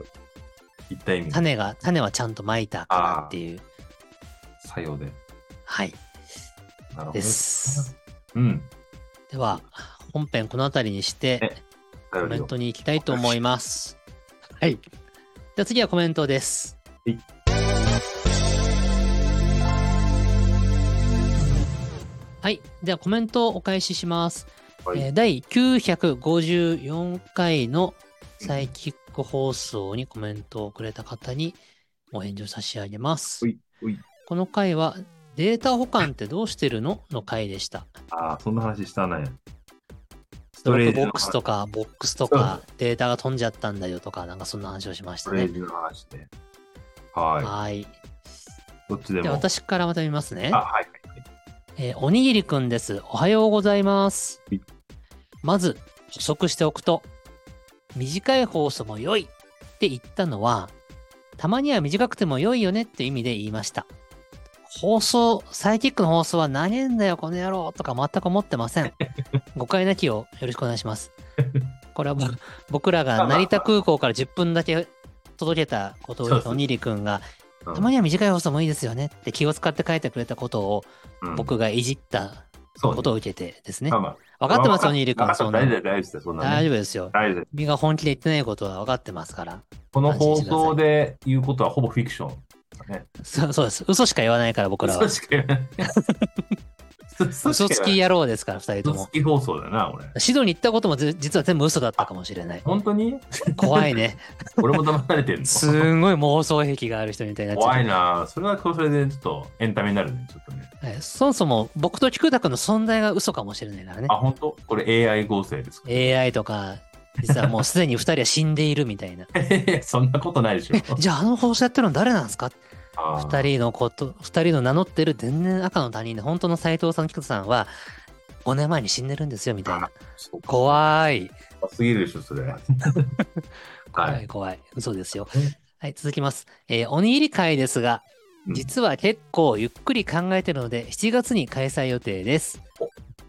S2: 言った意味、
S1: 種が、種はちゃんとまいたかなっていう、
S2: 作用で。
S1: はい、
S2: なるほど
S1: で。す。
S2: うん。
S1: では、本編この辺りにして、コメントに行きたいと思います。はい。じゃあ次はコメントです。
S2: はい
S1: はい。ではコメントをお返しします。
S2: はい
S1: えー第954回のサイキック放送にコメントをくれた方にお返事を差し上げます。
S2: ほいほい
S1: この回はデータ保管ってどうしてるのの回でした。
S2: ああ、そんな話したなや。
S1: ス
S2: ト
S1: ト
S2: レ
S1: レ
S2: ー
S1: ー
S2: ジ
S1: ジ
S2: の
S1: ボックスとか、ボックスとか、データが飛んじゃったんだよとか、なんかそんな話をしまし
S2: ス
S1: た
S2: トレ
S1: ね
S2: ー。ジの話で。は
S1: はい。
S2: い。どっちで
S1: で、
S2: も。
S1: 私からまた見ますね
S2: あ、。はい。
S1: えーおにぎりくんです。おはようございます
S2: はい。
S1: まず、補足しておくと、短い放送も良いって言ったのは、たまには短くても良いよねって意味で言いました。放送、サイキックの放送は投げんだよ、この野郎とか全く思ってませ
S2: *laughs*
S1: ん。誤解なきようよろしくお願いします。これは僕僕らが成田空港から10分だけ届けたことを言ったおにぎりくんが、
S2: うん
S1: たまには短い放送もいいですよねって気を使って書いてくれたことを、
S2: うん、
S1: 僕がいじった
S2: そうね
S1: ことを受けてですね
S2: ま。あまあ
S1: 分かってますよ、ニーリ
S2: まあま
S1: 君。そ
S2: あ
S1: んな
S2: 大
S1: の
S2: 丈夫大丈夫です、そんな、ね。
S1: 大丈夫ですよ。
S2: 大丈夫です。
S1: 君が本気で言ってないことは分かってますから。
S2: この放送で言うことはほぼフィクションだね。
S1: そうそうです。嘘しか言わないから、僕らは
S2: 嘘。しか言わない。嘘
S1: 嘘つき
S2: や。
S1: 野郎ですから、二人
S2: 嘘
S1: とも
S2: つ。き放送だな、俺。
S1: シドに行ったこともぜ実は全部嘘だったかもしれ
S2: *laughs*
S1: ない。
S2: 本当に
S1: 怖いね。
S2: 俺も騙されて
S1: *laughs*
S2: るの。
S1: すんごい妄想癖がある人みたいになっち
S2: 怖
S1: ゃ
S2: いな。それはそれでちょっとエンタメになるね、ちょっとね。
S1: う。はいそもそも僕と菊田君の存在が嘘かもしれないからね
S2: あ、。本当これ AI 合成ですか
S1: AI とか、実はもうすでに二人は死んでいるみたいな。
S2: *laughs* そんなことない
S1: *laughs*
S2: でしょ
S1: え。、じゃああの放射やってるの誰なんですか
S2: あー
S1: 二人のこと、二人の名乗ってる全然赤の他人で、本当の斎藤さん、菊田さんは、5年前に死んでるんですよ、みたいな。
S2: そうか
S1: 怖い。
S2: 怖すぎるでしょ、
S1: *laughs*
S2: それ。は
S1: 怖い、
S2: い。
S1: 怖い。嘘ですよ
S2: うん。
S1: はい、続きます。えーおにぎり会ですが、
S2: うん
S1: 実は結構ゆっくり考えてるので、7月に開催予定です。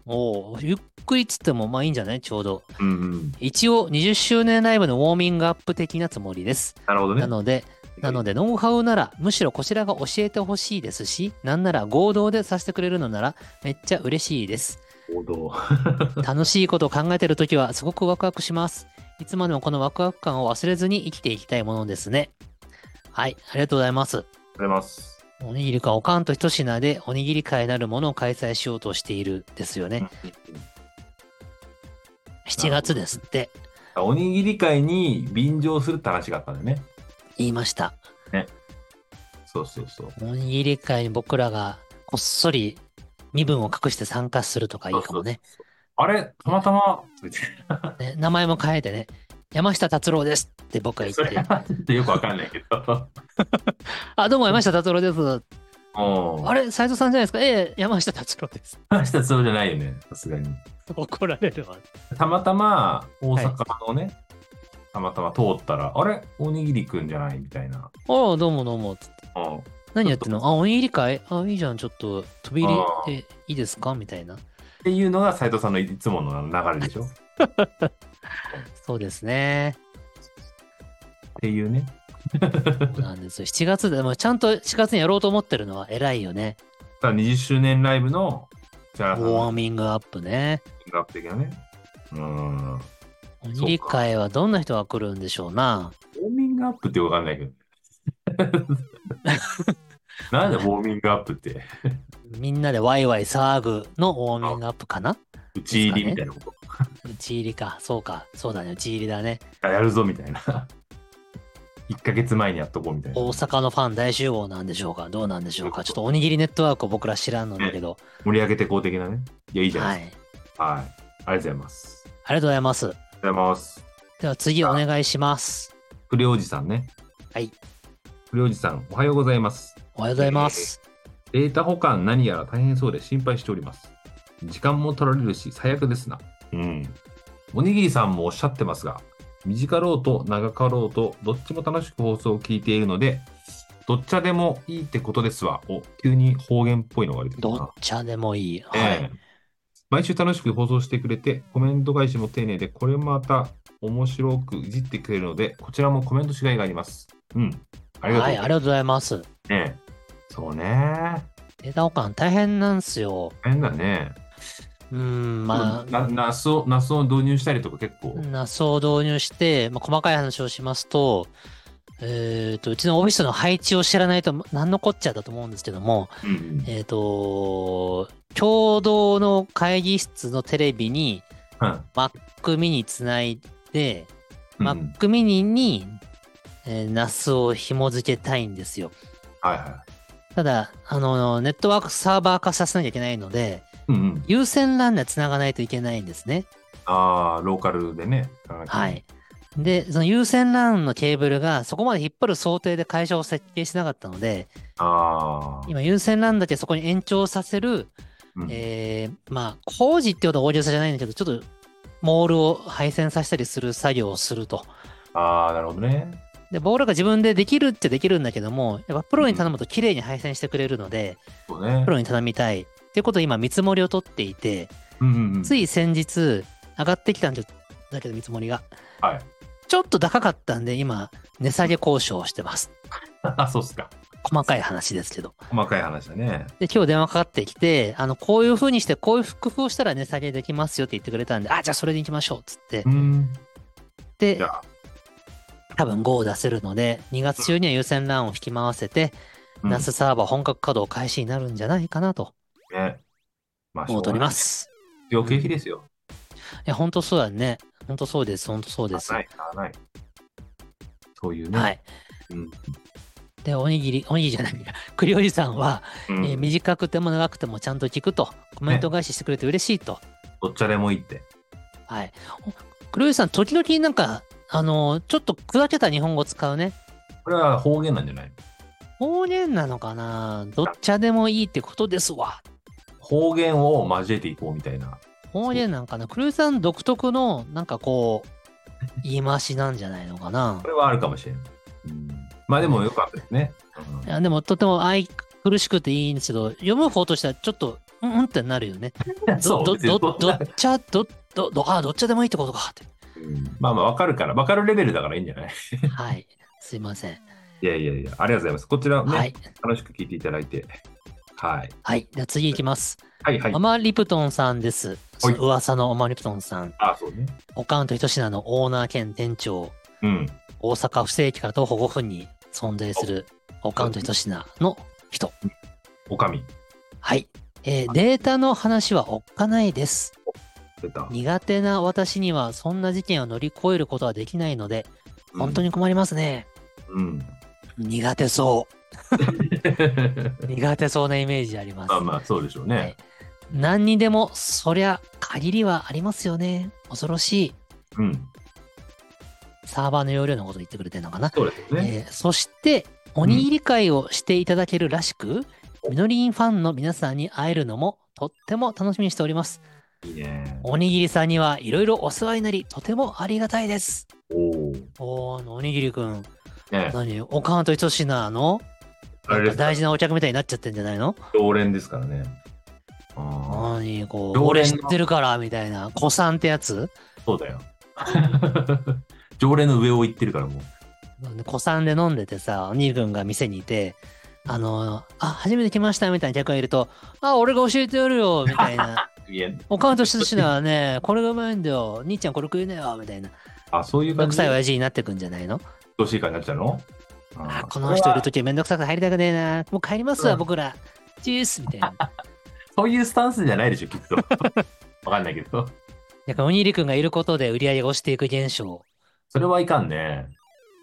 S1: おおーゆっくりっつっても、まあいいんじゃないちょうど。
S2: うんうん。
S1: 一応、20周年ライブのウォーミングアップ的なつもりです。
S2: なるほどね。
S1: なので、なので、ノウハウなら、むしろこちらが教えてほしいですし、なんなら合同でさせてくれるのなら、めっちゃ嬉しいです。
S2: 行動。
S1: 楽しいことを考えてるときは、すごくワクワクします。いつまでもこのワクワク感を忘れずに生きていきたいものですね。はい、ありがとうございます。
S2: ありがとうございます。
S1: おにぎりかおかんと一品でおにぎり会なるものを開催しようとしているですよね。7月ですって
S2: おにぎり会に便乗するって話があったんだよね。
S1: 言いました。
S2: そうそうそう。
S1: おにぎり会に僕らがこっそり身分を隠して参加するとかいいかもね。
S2: あれたまたまみたい
S1: ね名前も変えてね、山下達郎ですって僕が
S2: な
S1: 言
S2: そ
S1: っ
S2: れは
S1: て、
S2: ちょっとよくわかんないけど。
S1: あ、どうも山下達郎です。
S2: うん。
S1: あれ斉藤さんじゃないですかええ、山下達郎です。 *laughs*
S2: 話したらそうじゃないよね、さすがに。
S1: 怒られるわ。
S2: たまたま大阪のね、たまたま通ったら、あれおにぎりくんじゃないみたいな。
S1: ああ、どうもどうも。つって
S2: うん。
S1: 何やってんのあ、おにぎりかいあ、いいじゃん。ちょっと、飛び入
S2: ああ
S1: りでいいですかみたいな。
S2: っていうのが斉藤さんのいつもの流れでしょ。っ
S1: そうですね。
S2: ていうね。
S1: そうなんですよ。7月で、まあ、ちゃんと4月にやろうと思ってるのは偉いよね。
S2: ただ20周年ライブの、じ
S1: ウ
S2: ゃあ、
S1: ォーミングアップね。
S2: 学的なね。うん。ウォ
S1: おにぎり会はどんな人が来るんでしょうな。
S2: ーミングアップってよくわかんな
S1: *laughs*
S2: いけど。なんでウォーミングアップって、
S1: みんなでワイワイ騒ぐのウォーミングアップかな
S2: 打ち入りみたいなこと。
S1: 打ち入りか。そうか。そうだね。打ち入りだね。
S2: やるぞみたいな。1ヶ月前にやっとこうみたいな。
S1: 大
S2: 盛
S1: 阪のファン大集合なんでしょうかどうなんでしょうかちょっとおにぎりネットワークを僕ら知らんのだけど。
S2: り上げてこう的なね。いや、いいじゃな
S1: はいい。
S2: ですか。はい。ありがとうございます。あり
S1: ありがとうございます。
S2: がとうございます。
S1: では次お願いします。
S2: くりおじさんね。
S1: はい。
S2: くりおじさん、おはようございます。
S1: おはようございます。
S2: データ保管何やら大変そうで心配しております。時間も取られるし最悪ですな。うん。おにぎりさんもおっしゃってますが、短ろうと長かろうとどっちも楽しく放送を聞いているので、どっちゃでもいいってことですわ。お、急に方言っぽいのが出てきた
S1: ど
S2: な
S1: っ。ちゃでもいい。は
S2: ええ
S1: い。
S2: 毎週楽しく放送してくれて、コメント返しも丁寧で、これまた面白くいじってくれるので、こちらもコメントしがいがあります。うん。ありがとうご
S1: は
S2: ざ
S1: い、
S2: い
S1: あり
S2: ま
S1: がと
S2: す。
S1: うございます。
S2: ねえそうね。
S1: データ保管大変なんですよ。
S2: 変だね。
S1: うん、まあ、
S2: なナスを、ナスを導入したりとか結構。
S1: ナスを導入して、まあ、細かい話をしますと、えっ、と、うちのオフィスの配置を知らないと、何のこっちゃだと思うんですけども、
S2: うん
S1: えっ、と、共同の会議室のテレビに
S2: は
S1: Mac mini つないで、
S2: い。うん
S1: Mac mini に、えー、NAS を紐付けたいんですよ。
S2: はいはい。
S1: ただ、あの、ネットワークサーバー化させなきゃいけないので、
S2: うんうん。
S1: 有線 LAN で繋がないといけないんですね。
S2: ああ、ローカルでね。
S1: はい。。で、その有線 LAN のケーブルがそこまで引っ張る想定で会社を設計しなかったので、
S2: ああ。
S1: 今有線 LAN だけそこに延長させる、
S2: うん
S1: えーまあ、工事ってほど大げさじゃないんだけど、ちょっとモールを配線させたりする作業をすると。
S2: ああ、なるほどね。
S1: で、ボールが自分でできるってできるんだけども、やっぱプロに頼むと綺麗に配線してくれるので、
S2: そうね
S1: プ。ロに頼みたいっていうことで今見積もりを取っていて、
S2: うんうんうん。
S1: つい先日上がってきたんじゃだけど見積もりが。
S2: はい。
S1: ちょっと高かったんで今、値下げ交渉をしてます。
S2: あ、 *laughs* そうっすか。
S1: 細かい話ですけど。
S2: 細かい話だね。
S1: で、今日電話かかってきて、あの、こういう風にして、こういう工夫をしたら値下げできますよって言ってくれたんで、あ、じゃあそれで行きましょうっつって
S2: う。ん。
S1: で
S2: じゃ、あ、
S1: 多分5を出せるので、2月中には優先ランを引き回せて、
S2: うん
S1: ナスサーバー本格稼働開始になるんじゃないかなと
S2: ね。まあ、。
S1: 思っておりますす。
S2: 病経費ですよ。
S1: いや、本当そうだね。本当そうです。本当そうです。
S2: ない、買わない。そういうね。
S1: はい。
S2: うん。
S1: で、おにぎり、おにぎりじゃないや、 *laughs* 栗おじさんは、
S2: うん
S1: えー短くても長くてもちゃんと聞くと、コメント返ししてくれて嬉しいと。
S2: どっちゃでもいいって。
S1: はい。お栗おじさん、時々なんか、あのーちょっと砕けた日本語使うね。
S2: これは方言なんじゃない
S1: 方言なのかなどっちでもいいってことですわ。
S2: 方言を交えていこうみたいな。
S1: 方言なんかな黒井さん独特のなんかこ
S2: *laughs*
S1: う言い回しなんじゃないのかな
S2: これはあるかもしれない。うん、まあでもよかったですね。うん
S1: いやでもとても愛苦しくていいんですけど読む方としてはちょっとうんうんってなるよ
S2: *laughs*
S1: ねど
S2: そう
S1: ど
S2: 別に
S1: ど
S2: そん
S1: ど
S2: な
S1: っちゃどどどあどっちゃでもいいってことか
S2: *laughs*
S1: っ
S2: うんまあまあわかるから、わかるレベルだからいいんじゃない
S1: てはいすいません、
S2: *laughs* いやいやいや、ありがとうございます。こちらね、
S1: はい
S2: 楽しく聞いていただいて。はい。
S1: はいじゃあ次いきます、
S2: はいはい
S1: マ。マリプトンさんですその噂のママリプトンさん
S2: あ、そうね。
S1: オカウント一品のオーナー兼店長
S2: うん。
S1: 大阪不正駅から徒歩5分に存在するオカウント一品の人
S2: おかみ。
S1: はい、えーデータの話はおっかないです。
S2: 出た。
S1: 苦手な私にはそんな事件を乗り越えることはできないので、本当
S2: に。
S1: に困りますね。
S2: *laughs* うん。
S1: 苦手そう。苦手そうなイメージあります。
S2: まあまあ、そうでしょう
S1: はい
S2: ね。
S1: 何にでも、そりゃ、限りはありますよね。恐ろしい。
S2: うん。
S1: サーバーの容量のこと言ってくれてるのかな。
S2: そうですよね。
S1: えーそして、おにぎり会をしていただけるらしく、みのりんファンの皆さんに会えるのもとっても楽しみにしております。
S2: いいね。
S1: おにぎりさんにはいろいろお世話になり、とてもありがたいです。
S2: おお。ね
S1: おー、おにぎりくん、
S2: え
S1: 何おかんと一品の
S2: あれですか
S1: 大事なお客みたいになっちゃってんじゃないの
S2: 常連ですからね。あ
S1: 何こう、
S2: 常
S1: 俺
S2: 連
S1: 知
S2: の
S1: ってるから、みたいな。子さんってやつ
S2: あ、そうだよ。 *laughs* 常連の上を行ってるからもう。
S1: 子さんで飲んでてさ、おにぎりくんが店にいて、あの、あ、初めて来ましたみたいな客がいると、あ、俺が教えてやるよ、みたい
S2: *laughs*
S1: な。
S2: いや
S1: おかんと一品はね、これがうまいんだよ。兄ちゃんこれ食いなよ、みたいな。
S2: あ、そうい
S1: め
S2: う
S1: んど
S2: 感
S1: く
S2: じ
S1: さい
S2: で、
S1: 親父になってくんじゃないの
S2: どしいかになっちゃうのあ
S1: あ
S2: ー
S1: この人いるときめんどくさくて入りたくねえな。もう帰りますわ、
S2: うん
S1: 僕ら。チュースみたいな。
S2: そういうスタンスじゃないでしょ、きっと。わ *laughs* かんないけど。
S1: なんか、おにぎりくんがいることで売り上げが落ちていく現象。
S2: それはいかんね。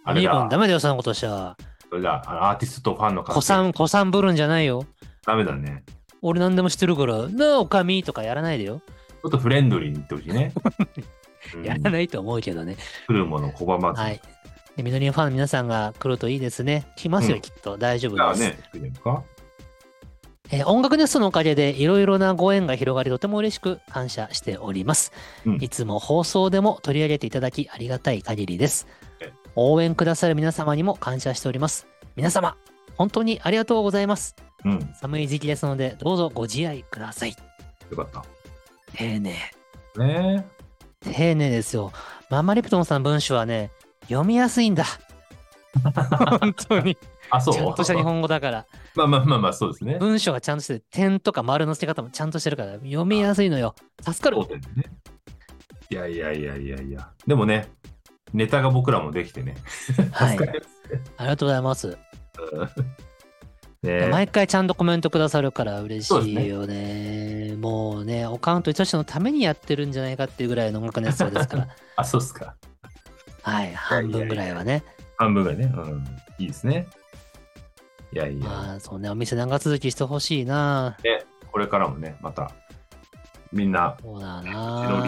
S1: お
S2: あ
S1: にぎ
S2: れ
S1: りくん、
S2: だ
S1: ダ。メだよ、そんなことしたら。
S2: それだ。あのアーティストとファンの
S1: 子さ
S2: ん。
S1: ん、子さんぶるんじゃないよ。
S2: ダメだね。
S1: 俺何でも知ってるから、なあ、おかみとかやらないでよ。
S2: ちょっとフレンドリーに言ってほしいね。うん
S1: *laughs* やらないと思うけどね。
S2: 来るもの拒まず。
S1: はい。で、みのりんファンの皆さんが来るといいですね。来ますよ、
S2: うん
S1: きっと。大丈
S2: じゃ
S1: 夫
S2: あ
S1: です。
S2: ね、来るんですか
S1: えー音楽ネストのおかげで、いろいろなご縁が広がり、とても嬉しく感謝しております。
S2: うん
S1: いつも放送でも取り上げていただき、ありがたい限りです
S2: え。
S1: 応援くださる皆様にも感謝しております。皆様、本当にありがとうございます。
S2: うん。
S1: 寒い時期ですので、どうぞご自愛ください。
S2: よかった
S1: 丁寧。。
S2: ね *laughs*
S1: 丁寧ですよ。マンマリプトンさんの文章はね、読みやすいんだ。本当に。
S2: あ、そう
S1: ちゃんとした日本語だから。
S2: まあまあまあまあ、そうですね。
S1: 文章がちゃんとしてて、点とか丸の付け方もちゃんとしてるから、読みやすいのよ。助かる
S2: そう。だよね。いやいやいやいやいや。でもね、ネタが僕らもできてね。
S1: はい。
S2: 助かり
S1: ありがとうございます。
S2: ますね
S1: 毎回ちゃんとコメントくださるから嬉
S2: そう
S1: し
S2: ですね
S1: いよね。もうね、オカウント一つのためにやってるんじゃないかっていうぐらいの音楽熱想です
S2: *laughs*
S1: から。
S2: あ、そうっすか。
S1: はい。半分ぐらいはね。
S2: 半分がね。うん。いいですね。いやいや。
S1: まあ、そうね、お店長続きしてほしいな。
S2: これからもね、また、みんな、
S1: そうだ
S2: うちのリス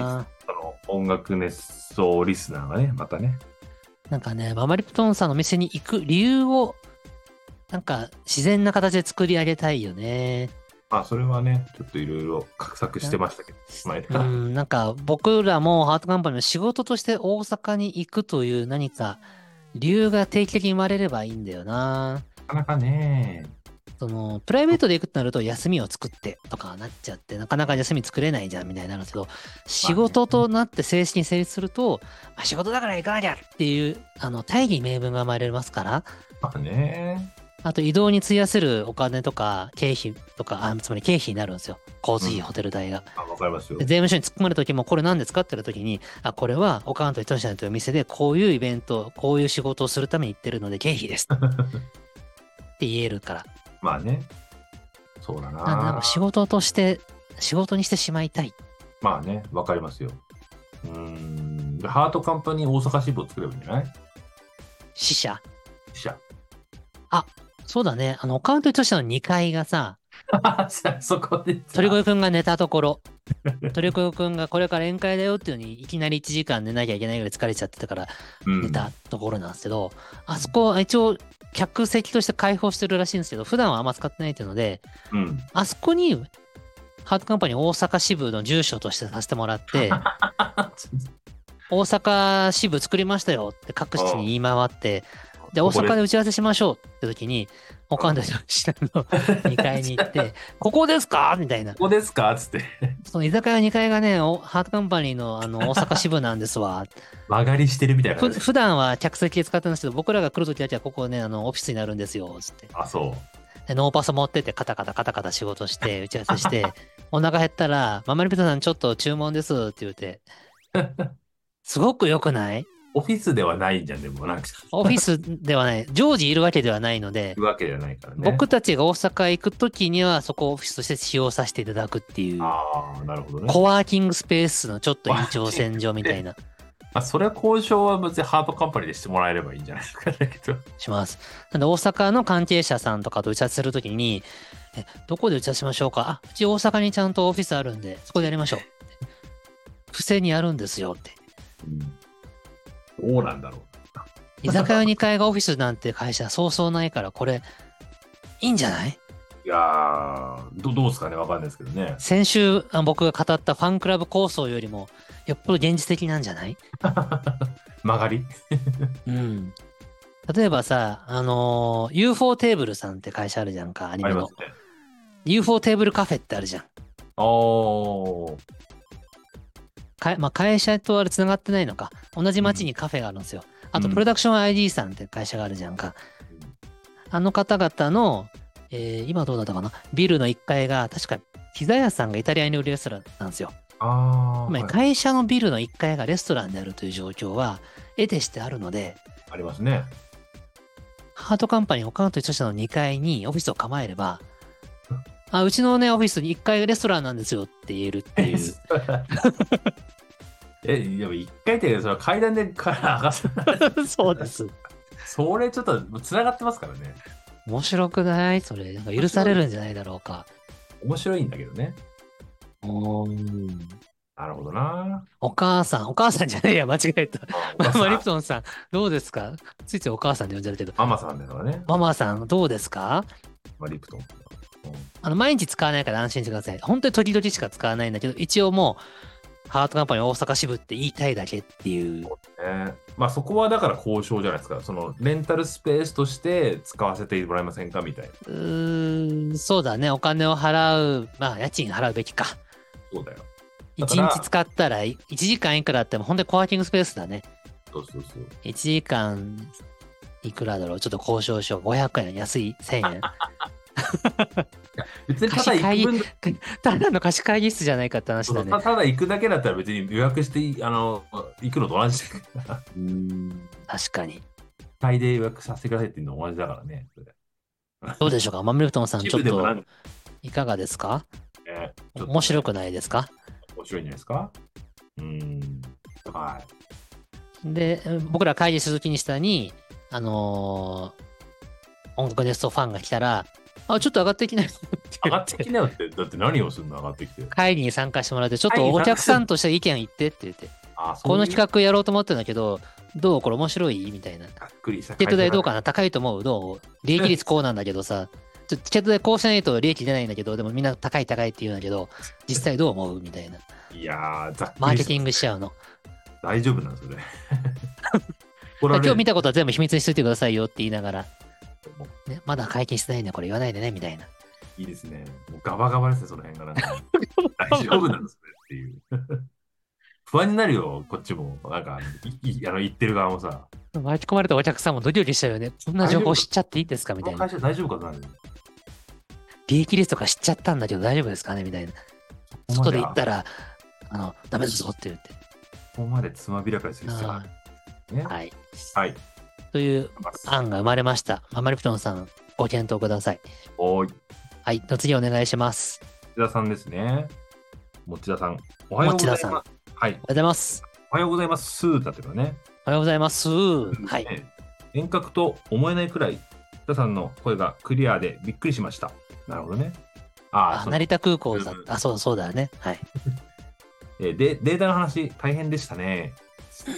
S1: な。
S2: その音楽熱奏リスナーがね、またね。
S1: なんかね、ママリプトンさんのお店に行く理由を、なんか自然な形で作り上げたいよね。
S2: まあ、それはね、ちょっといろいろ画策してましたけど、前
S1: う
S2: から。
S1: ん、なんか僕らもハートカンパニーの仕事として大阪に行くという何か理由が定期的に生まれればいいんだよな。
S2: なかなかね、
S1: そのプライベートで行くってなると休みを作ってとかなっちゃってなかなか休み作れないじゃんみたいになるんですけど仕事となって正式に成立すると、まあ、仕事だから行かなきゃっていうあの大義名分が生まれますから
S2: まあね、
S1: あと移動に費やせるお金とか経費とかあつまり経費になるんですよ交通費、
S2: うん
S1: ホテル代が
S2: あわかりますよ
S1: で。税務署に突っ込まれた時もこれ何ですかって言った時にあこれはオカウント一社というお店でこういうイベントこういう仕事をするために行ってるので経費です
S2: *laughs*
S1: って言えるから
S2: まあね、そうだな。
S1: なんでなんか仕事として仕事にしてしまいたい
S2: まあね、わかりますよ。うーん、ハートカンパニー大阪支部を作ればいいんじゃない
S1: 死者
S2: 支社。
S1: そうだねあのオカウント一社の2階がさ *laughs*
S2: そこで。
S1: 鳥越くんが寝たとこ
S2: *laughs*
S1: ろ鳥越くんがこれから宴会だよっていうのにいきなり1時間寝なきゃいけないぐらい疲れちゃってたから
S2: うん
S1: 寝たところなんですけど、あそこは一応客席として開放してるらしいんですけど普段はあんま使ってないっていうので *laughs*
S2: うん。
S1: あそこにハートカンパニー大阪支部の住所としてさせてもらって
S2: *laughs*
S1: 大阪支部作りましたよって各地に言い回ってで大阪で打ち合わせしましょうって時に岡田下の2階に行
S2: *laughs*
S1: って「ここですか?」みたいな
S2: ここですか
S1: *laughs*
S2: つって。
S1: その居酒屋2階がねおハートカンパニーのあの大阪支部なんですわ
S2: 曲がりしてるみたいな
S1: ふ
S2: 感じ。
S1: 普段は客席で使ってるんですけど僕らが来る時だけはここねあのオフィスになるんですよつって
S2: あ、そ。
S1: でノーパソ持ってってカタカタカタカタ仕事して打ち合わせしてお腹減ったら「ママリピタさんちょっと注文です」って言うてすごく良くないう
S2: オフィスではないんじゃん、でも、なんか、
S1: オフィスではない常時いるわけではないので
S2: い、うわけじゃないからね。
S1: 僕たちが大阪行く時にはそこをオフィスとして使用させていただくっていう
S2: ああ、なるほどね。
S1: コワーキングスペースのちょっと延長線上みたいな
S2: まあ、それは交渉は別にハートカンパニーでしてもらえればいいんじゃないですか、だけど。
S1: します。なんで大阪の関係者さんとかと打ち合わせするときに、えどこで打ち合わせしましょうかあ、うち大阪にちゃんとオフィスあるんで、そこでやりましょう。不正にやるんですよって。
S2: うん、どうなんだろう。
S1: 居酒屋2階がオフィスなんて会社そうそうないから、これ、いいんじゃない
S2: いやーど、どうですかね、わかんないですけどね。
S1: 先週あ僕が語ったファンクラブ構想よりも、よっぽど現実的なんじゃない
S2: 曲がり
S1: うん。例えばさ、あのー UFO テーブルさんって会社あるじゃんか、アニ
S2: あ
S1: メ
S2: りま
S1: の
S2: す。ね。
S1: UFO テーブルカフェってあるじゃん。
S2: おー、
S1: かまあ、会社とあれつながってないのか同じ町にカフェがあるんですよ、あと
S2: うん
S1: プロダクション ID さんって会社があるじゃんか、
S2: うん
S1: あの方々の、えー今どうだったかなビルの1階が確かピザ屋さんがイタリア料理レストランなんですよ、
S2: あ
S1: つ
S2: ー、
S1: まり
S2: はい
S1: 会社のビルの1階がレストランであるという状況は得てしてあるので
S2: ありますね。
S1: ハートカンパニー他のと一緒社の2階にオフィスを構えればあうちのねオフィスに1階がレストランなんですよって言えるって
S2: *laughs*
S1: いう
S2: え、でも一回って、その階段でから上がす。
S1: そうです
S2: それちょっと繋がってますからね。
S1: 面白くないそれなんか許されるんじゃないだろうか
S2: 面白いんだけどね。なるほど *laughs* な。
S1: お母さん、お母さんじゃないや、間違えた。ママリプトンさん、どうですかついついお母さんで呼んじゃるけど。
S2: ママさんだからね。
S1: ママさん、どうですか
S2: マリプトン。うん
S1: あの、毎日使わないから安心してください。本当に時々しか使わないんだけど、一応もう、ハートカンパニー大阪支部って言いたいだけっていう。
S2: ねまあそこはだから交渉じゃないですか。そのレンタルスペースとして使わせてもらえませんかみたいな。
S1: うーん、そうだね。お金を払う、まあ、家賃払うべきか。
S2: そうだよ。
S1: 1
S2: だから
S1: 日使ったら、1時間いくらあっても、本当にコワーキングスペースだね。
S2: そうそうそう。
S1: 1時間いくらだろうちょっと交渉しよう。500円、安い、1000円。
S2: 別にただ行く分
S1: ただの貸し会議室じゃないかって話だね
S2: た。ただ行くだけだったら別に予約していいあの行くのと同じだから
S1: 確かに。
S2: 買いで予約させてくださいっていうのと同じだからね。それ
S1: どうでしょうかマミルトンさん、ちょっ
S2: *laughs* 寄付でもな
S1: と
S2: ん
S1: いかがですか
S2: ねちょっと
S1: 面白くないですか
S2: 面白いんじゃないですかうーん。はい。
S1: で、僕ら会議するときにしたに、あのー音楽ネストファンが来たら、あ、ちょっと上がってきないって言
S2: 上が
S1: っ
S2: って
S1: て
S2: き、なよって、だって何をするの上がってきて。
S1: 会議に参加してもらって、ちょっ
S2: 会議
S1: と
S2: に参
S1: お
S2: 加する
S1: 客さんとして意見言ってって言って、
S2: あ、そう
S1: こ
S2: いう
S1: の企画やろうと思ってんだけど、どうこれ面白いみたいな。
S2: ざっくりした
S1: チケット代どう
S2: か。
S1: かな高いと思うどう利益率こうなんだけど
S2: *laughs*
S1: さ、ちょチケット代こうしないと利益出ないんだけど、でもみんな高い高いって言うんだけど、実際どう思うみたいな。
S2: いやー、ざっくり。
S1: マーケティングしちゃうの。
S2: 大丈夫なんです
S1: *laughs*
S2: よね。こ
S1: 今日見
S2: た
S1: たことは全部秘密にしといてくださいよって言いながら、ね、まだ解禁してないんだ、これ言わないでね、みたいな。
S2: いいですね。もうガバガバですね、その辺がなん
S1: *laughs*
S2: か。大丈夫なんですねっていう。 *laughs* 不安になるよ、こっちも。なんか、いいあの言ってる側もさ。
S1: 巻き込まれたお客さんもドキドキしちゃうよね。こんな情報知っちゃっていいんですかみた
S2: こ
S1: い
S2: の
S1: な。
S2: 会社大丈夫かなる
S1: 利益率とか知っちゃったんだけど大丈夫ですかねみたいな。外で言った
S2: ら。
S1: ら、あの、ダメだぞって言って。
S2: ここまでつまびらかにする必要がある。ね、。
S1: はいい。
S2: はい。
S1: という
S2: あ
S1: 案が生まれました。ママリプトンさん、ご検討ください。
S2: おーい。
S1: はい。の次お願いします。
S2: 持田さんですね。持田さん。おはようございます。
S1: 持田さん
S2: はい。
S1: おはようございます。
S2: おはようございます。スーだってのね。
S1: おはようございます。はい。
S2: ね遠隔と思えないくらい、田さんの声がクリアでびっくりしました。なるほどね。あ
S1: あ
S2: あ、そう
S1: 成田空港だ
S2: うんうん
S1: あ、そうそうだよね。はい。
S2: えーで、データの話、大変でしたね。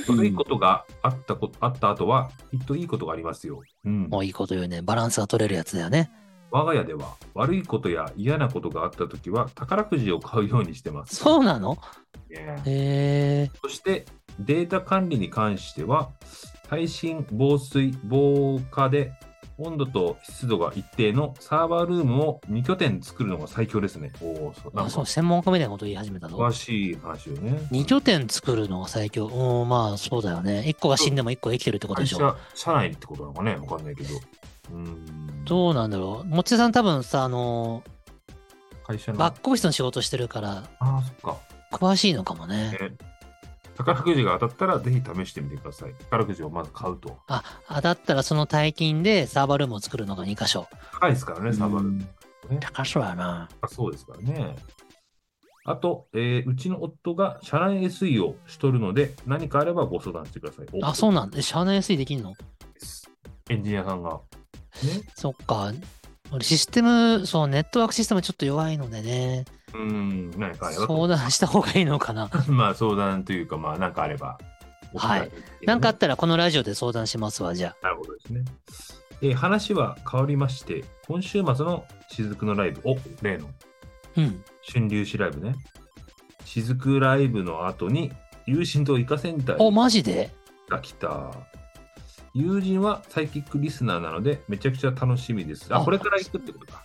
S2: 悪いことがあったこあった後は、きっといいことがありますよ。うん。
S1: もういいこと言うね。バランスが取れるやつだよね。
S2: 我が家では、悪いことや嫌なことがあったときは、宝くじを買うようにしてます。
S1: そうなの
S2: ね
S1: へえ。
S2: そして、データ管理に関しては、耐震、防水、防火で、温度と湿度が一定のサーバールームを2拠点作るのが最強ですね。おお、そうなん
S1: あそう、
S2: か
S1: 専門家みたいなこと言い始めたぞ
S2: 詳。しい話よね。
S1: 二拠点作るのが最強。うん、まあそうだよね。一個が死んでも一個が生きてるってこと
S2: 会
S1: でしょ。
S2: 社、社内ってことなのかね、わかんないけど。うん。
S1: どうなんだろう。持田さん多分さ、あの
S2: 会社
S1: ー、
S2: の。
S1: バックオフィスの仕事してるから、
S2: ああ、そっか。
S1: 詳しいのかもね。
S2: ね宝くじが当たったら、ぜひ試してみてください。宝くじをまず買うと。
S1: あ、あだったらその大金でサーバールームを作るのが2箇所。
S2: 高いですからね、サーバールーム。ね
S1: 高そうやな。
S2: あそうですからね。あと、えーうちの夫が社内 SE をしとるので、何かあればご相談してください。お
S1: あ、そうなんだ。え社内 SE できんの
S2: です。エンジニアさんが。ね。
S1: そっか。俺システム、そう、ネットワークシステムちょっと弱いのでね。
S2: うーん、何かあれば
S1: 相談した方がいいのかな。
S2: と。 *laughs* まあ、相談というか、まあ、何かあれば。
S1: はい
S2: お伝えしてね
S1: なんかあったらこのラジオで相談しますわ、じゃ
S2: なるほどですね。えー話は変わりまして、今週末の雫のライブ、お例の
S1: あ。うん。
S2: 春流詩ライブね。雫ライブの後に、友人とイカセンターに
S1: お、マジで
S2: が来た。友人はサイキックリスナーなので、めちゃくちゃ楽しみです。あ、
S1: あ
S2: これから行くってことか。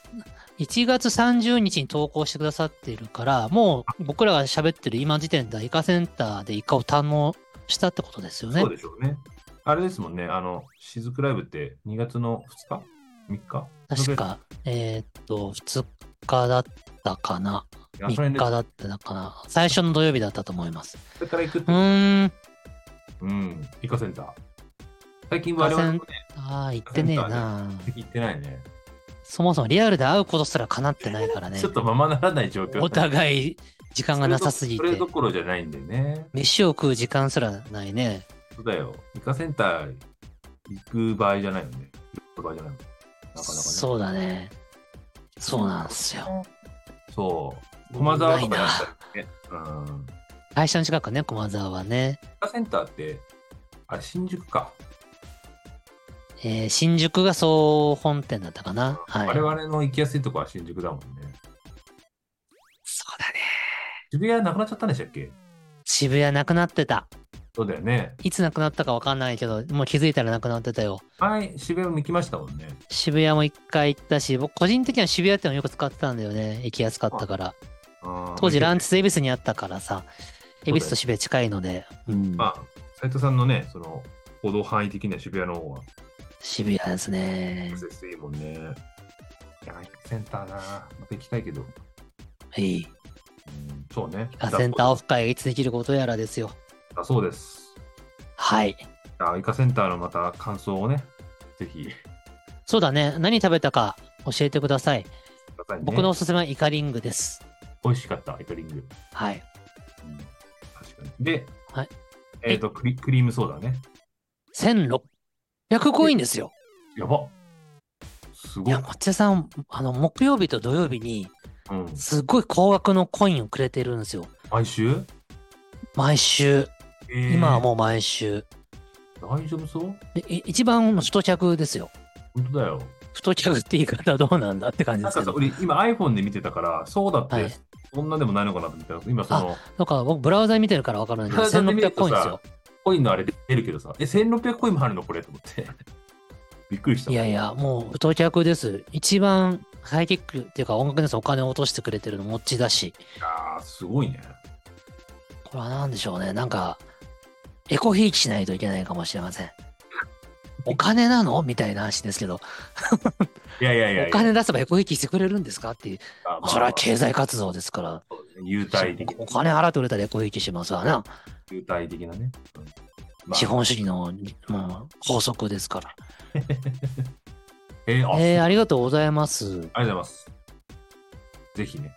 S1: 1月30日に投稿してくださっているから、もう僕らが喋ってる今時点ではイカセンターでイカを堪能したってことですよね
S2: そう。でしょうね。あれですもんね、あの、しずくライブって2月の2日 ?3 日
S1: 確。か、えーっと、2日だったかな。
S2: いやそれ
S1: 3
S2: で、
S1: 日
S2: こ
S1: だったかな。最初の土曜日だったと思います。
S2: れから行くっ
S1: う
S2: て。
S1: ーん、
S2: うん、イカセンター。最近我々もね、
S1: ああ、言ってねえな。
S2: 行ってないね。
S1: そもそもリアルで会うことすら叶ってないからね
S2: *laughs* ちょ。っとままならない状況。
S1: お互い時間がなさすぎ
S2: それど
S1: て
S2: それど、ころじゃないんでね。
S1: 飯を食う時間すらないね。
S2: そうだよ。イカセンター行く場合じゃないよね。行く場合じゃない。なかなかね。
S1: そうだね。そうなんですよ。
S2: そう。駒沢と
S1: な
S2: か
S1: い
S2: だっ
S1: な
S2: たらね。うん。
S1: 会社の近くね、駒沢はね。
S2: イカセンターって、あ、新宿か。
S1: えー新宿が総本店だったかな。はい。
S2: 我々の行きやすいとこは新宿だもんね。
S1: そうだね。
S2: 渋谷なくなっちゃったんでしたっけ
S1: 渋谷なくなってた。
S2: そうだよね。
S1: いつなくなったかわかんないけど、もう気づいたらなくなってたよ。
S2: はい、渋谷も行きましたもんね。
S1: 渋谷も一回行ったし、僕個人的には渋谷店をよく使ってたんだよね。行きやすかったから。
S2: あー
S1: 当時ランチス恵比寿にあったからさ、
S2: だ
S1: 恵
S2: よ
S1: 比寿と渋谷近いので、うん
S2: まあ、斎藤さんのね、その、行動範囲的には渋谷の方は
S1: 渋谷ですね
S2: アク。セスいいもんね。いや、センターな。また行きたいけど。
S1: はい。
S2: うんそうね。
S1: あセンターオフ会がいつできることやらですよ。
S2: だそうです。
S1: はい。
S2: あイカセンターのまた感想をね、ぜひ、く
S1: そうだね。何食べたか教えてください。
S2: ださいね
S1: 僕のおすすめはイカリングです。
S2: 美味しかった、イカリング。
S1: はい。
S2: うん確かに。で、
S1: はい
S2: えっ、とクリ、クリームソーダね。
S1: 1600コインですよ。
S2: やばす
S1: い
S2: ごい
S1: や、。松田さん、あの、木曜日と土曜日に、
S2: うん、
S1: すごい高額のコインをくれてるんですよ。
S2: 毎週、
S1: 毎週。
S2: えー
S1: 今はもう毎週。
S2: 大丈夫そう
S1: でい一番の太客ですよ。
S2: 本当だよ。
S1: 太客って言い方どうなんだって感じで
S2: なん
S1: す
S2: か
S1: け
S2: さ、
S1: ど。
S2: 俺、今 iPhone で見てたから、そうだっ
S1: は
S2: て
S1: い、
S2: そんなでもないのかなと思ったら、今その、
S1: なんか僕ブラウザで見てるから分かるんだけど、
S2: ブラウザで見る
S1: 1600
S2: と
S1: コインです
S2: さ
S1: よ。
S2: コインのあれ出るけどさ、え、1600コインもあるのこれと思って。 *laughs* びっくりした。
S1: いやいや、もう太客です。一番ハイテクっていうか音楽ですお金を落としてくれてるの持ちだし。
S2: いやーすごいね。
S1: これは何でしょうね。なんか、エコひいきしないといけないかもしれません。お金なのみたいな話ですけど、
S2: いやいやいやいや
S1: お金出せばエコひいきしてくれるんですかっていう、
S2: あまあ
S1: それは経済活動ですから、
S2: 優待的な
S1: お金払ってくれたらエコひいきしますわな。
S2: 優待的なね。うんまあ
S1: 資本主義の、うん法則ですから。
S2: えーあ、
S1: えー、
S2: ありが
S1: ありがとうございます。
S2: とうございます。ぜひね。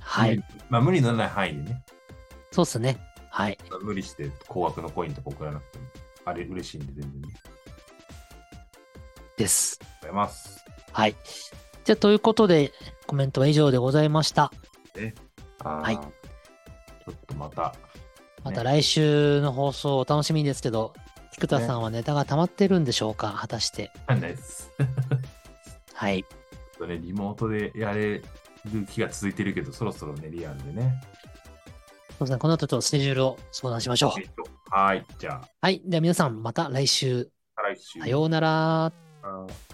S1: はい。。
S2: まあ無理のない範囲でね。
S1: そうっすね。はい。
S2: 無理して高額のコインとか送らなくても。あれ嬉しいんで全然ね。ありがと
S1: です。
S2: うございます。
S1: はい。じゃあ、ということで、コメントは以上でございました。
S2: は
S1: はい
S2: ちょっとまた。
S1: また来週の放送お楽しみですけど、菊田さんはネタが溜まってるんでしょうか果たして。
S2: わかんないです。
S1: はい。
S2: ちょっとね、リモートでやれる気が続いてるけど、そろそろね、リアルでね。
S1: そうですね。この後ちょっとスケジュールを相談しましょ
S2: え
S1: う。
S2: っとはい、じゃあ、
S1: はい。では皆さん、また来週。
S2: 再来週。
S1: さようなら。
S2: あー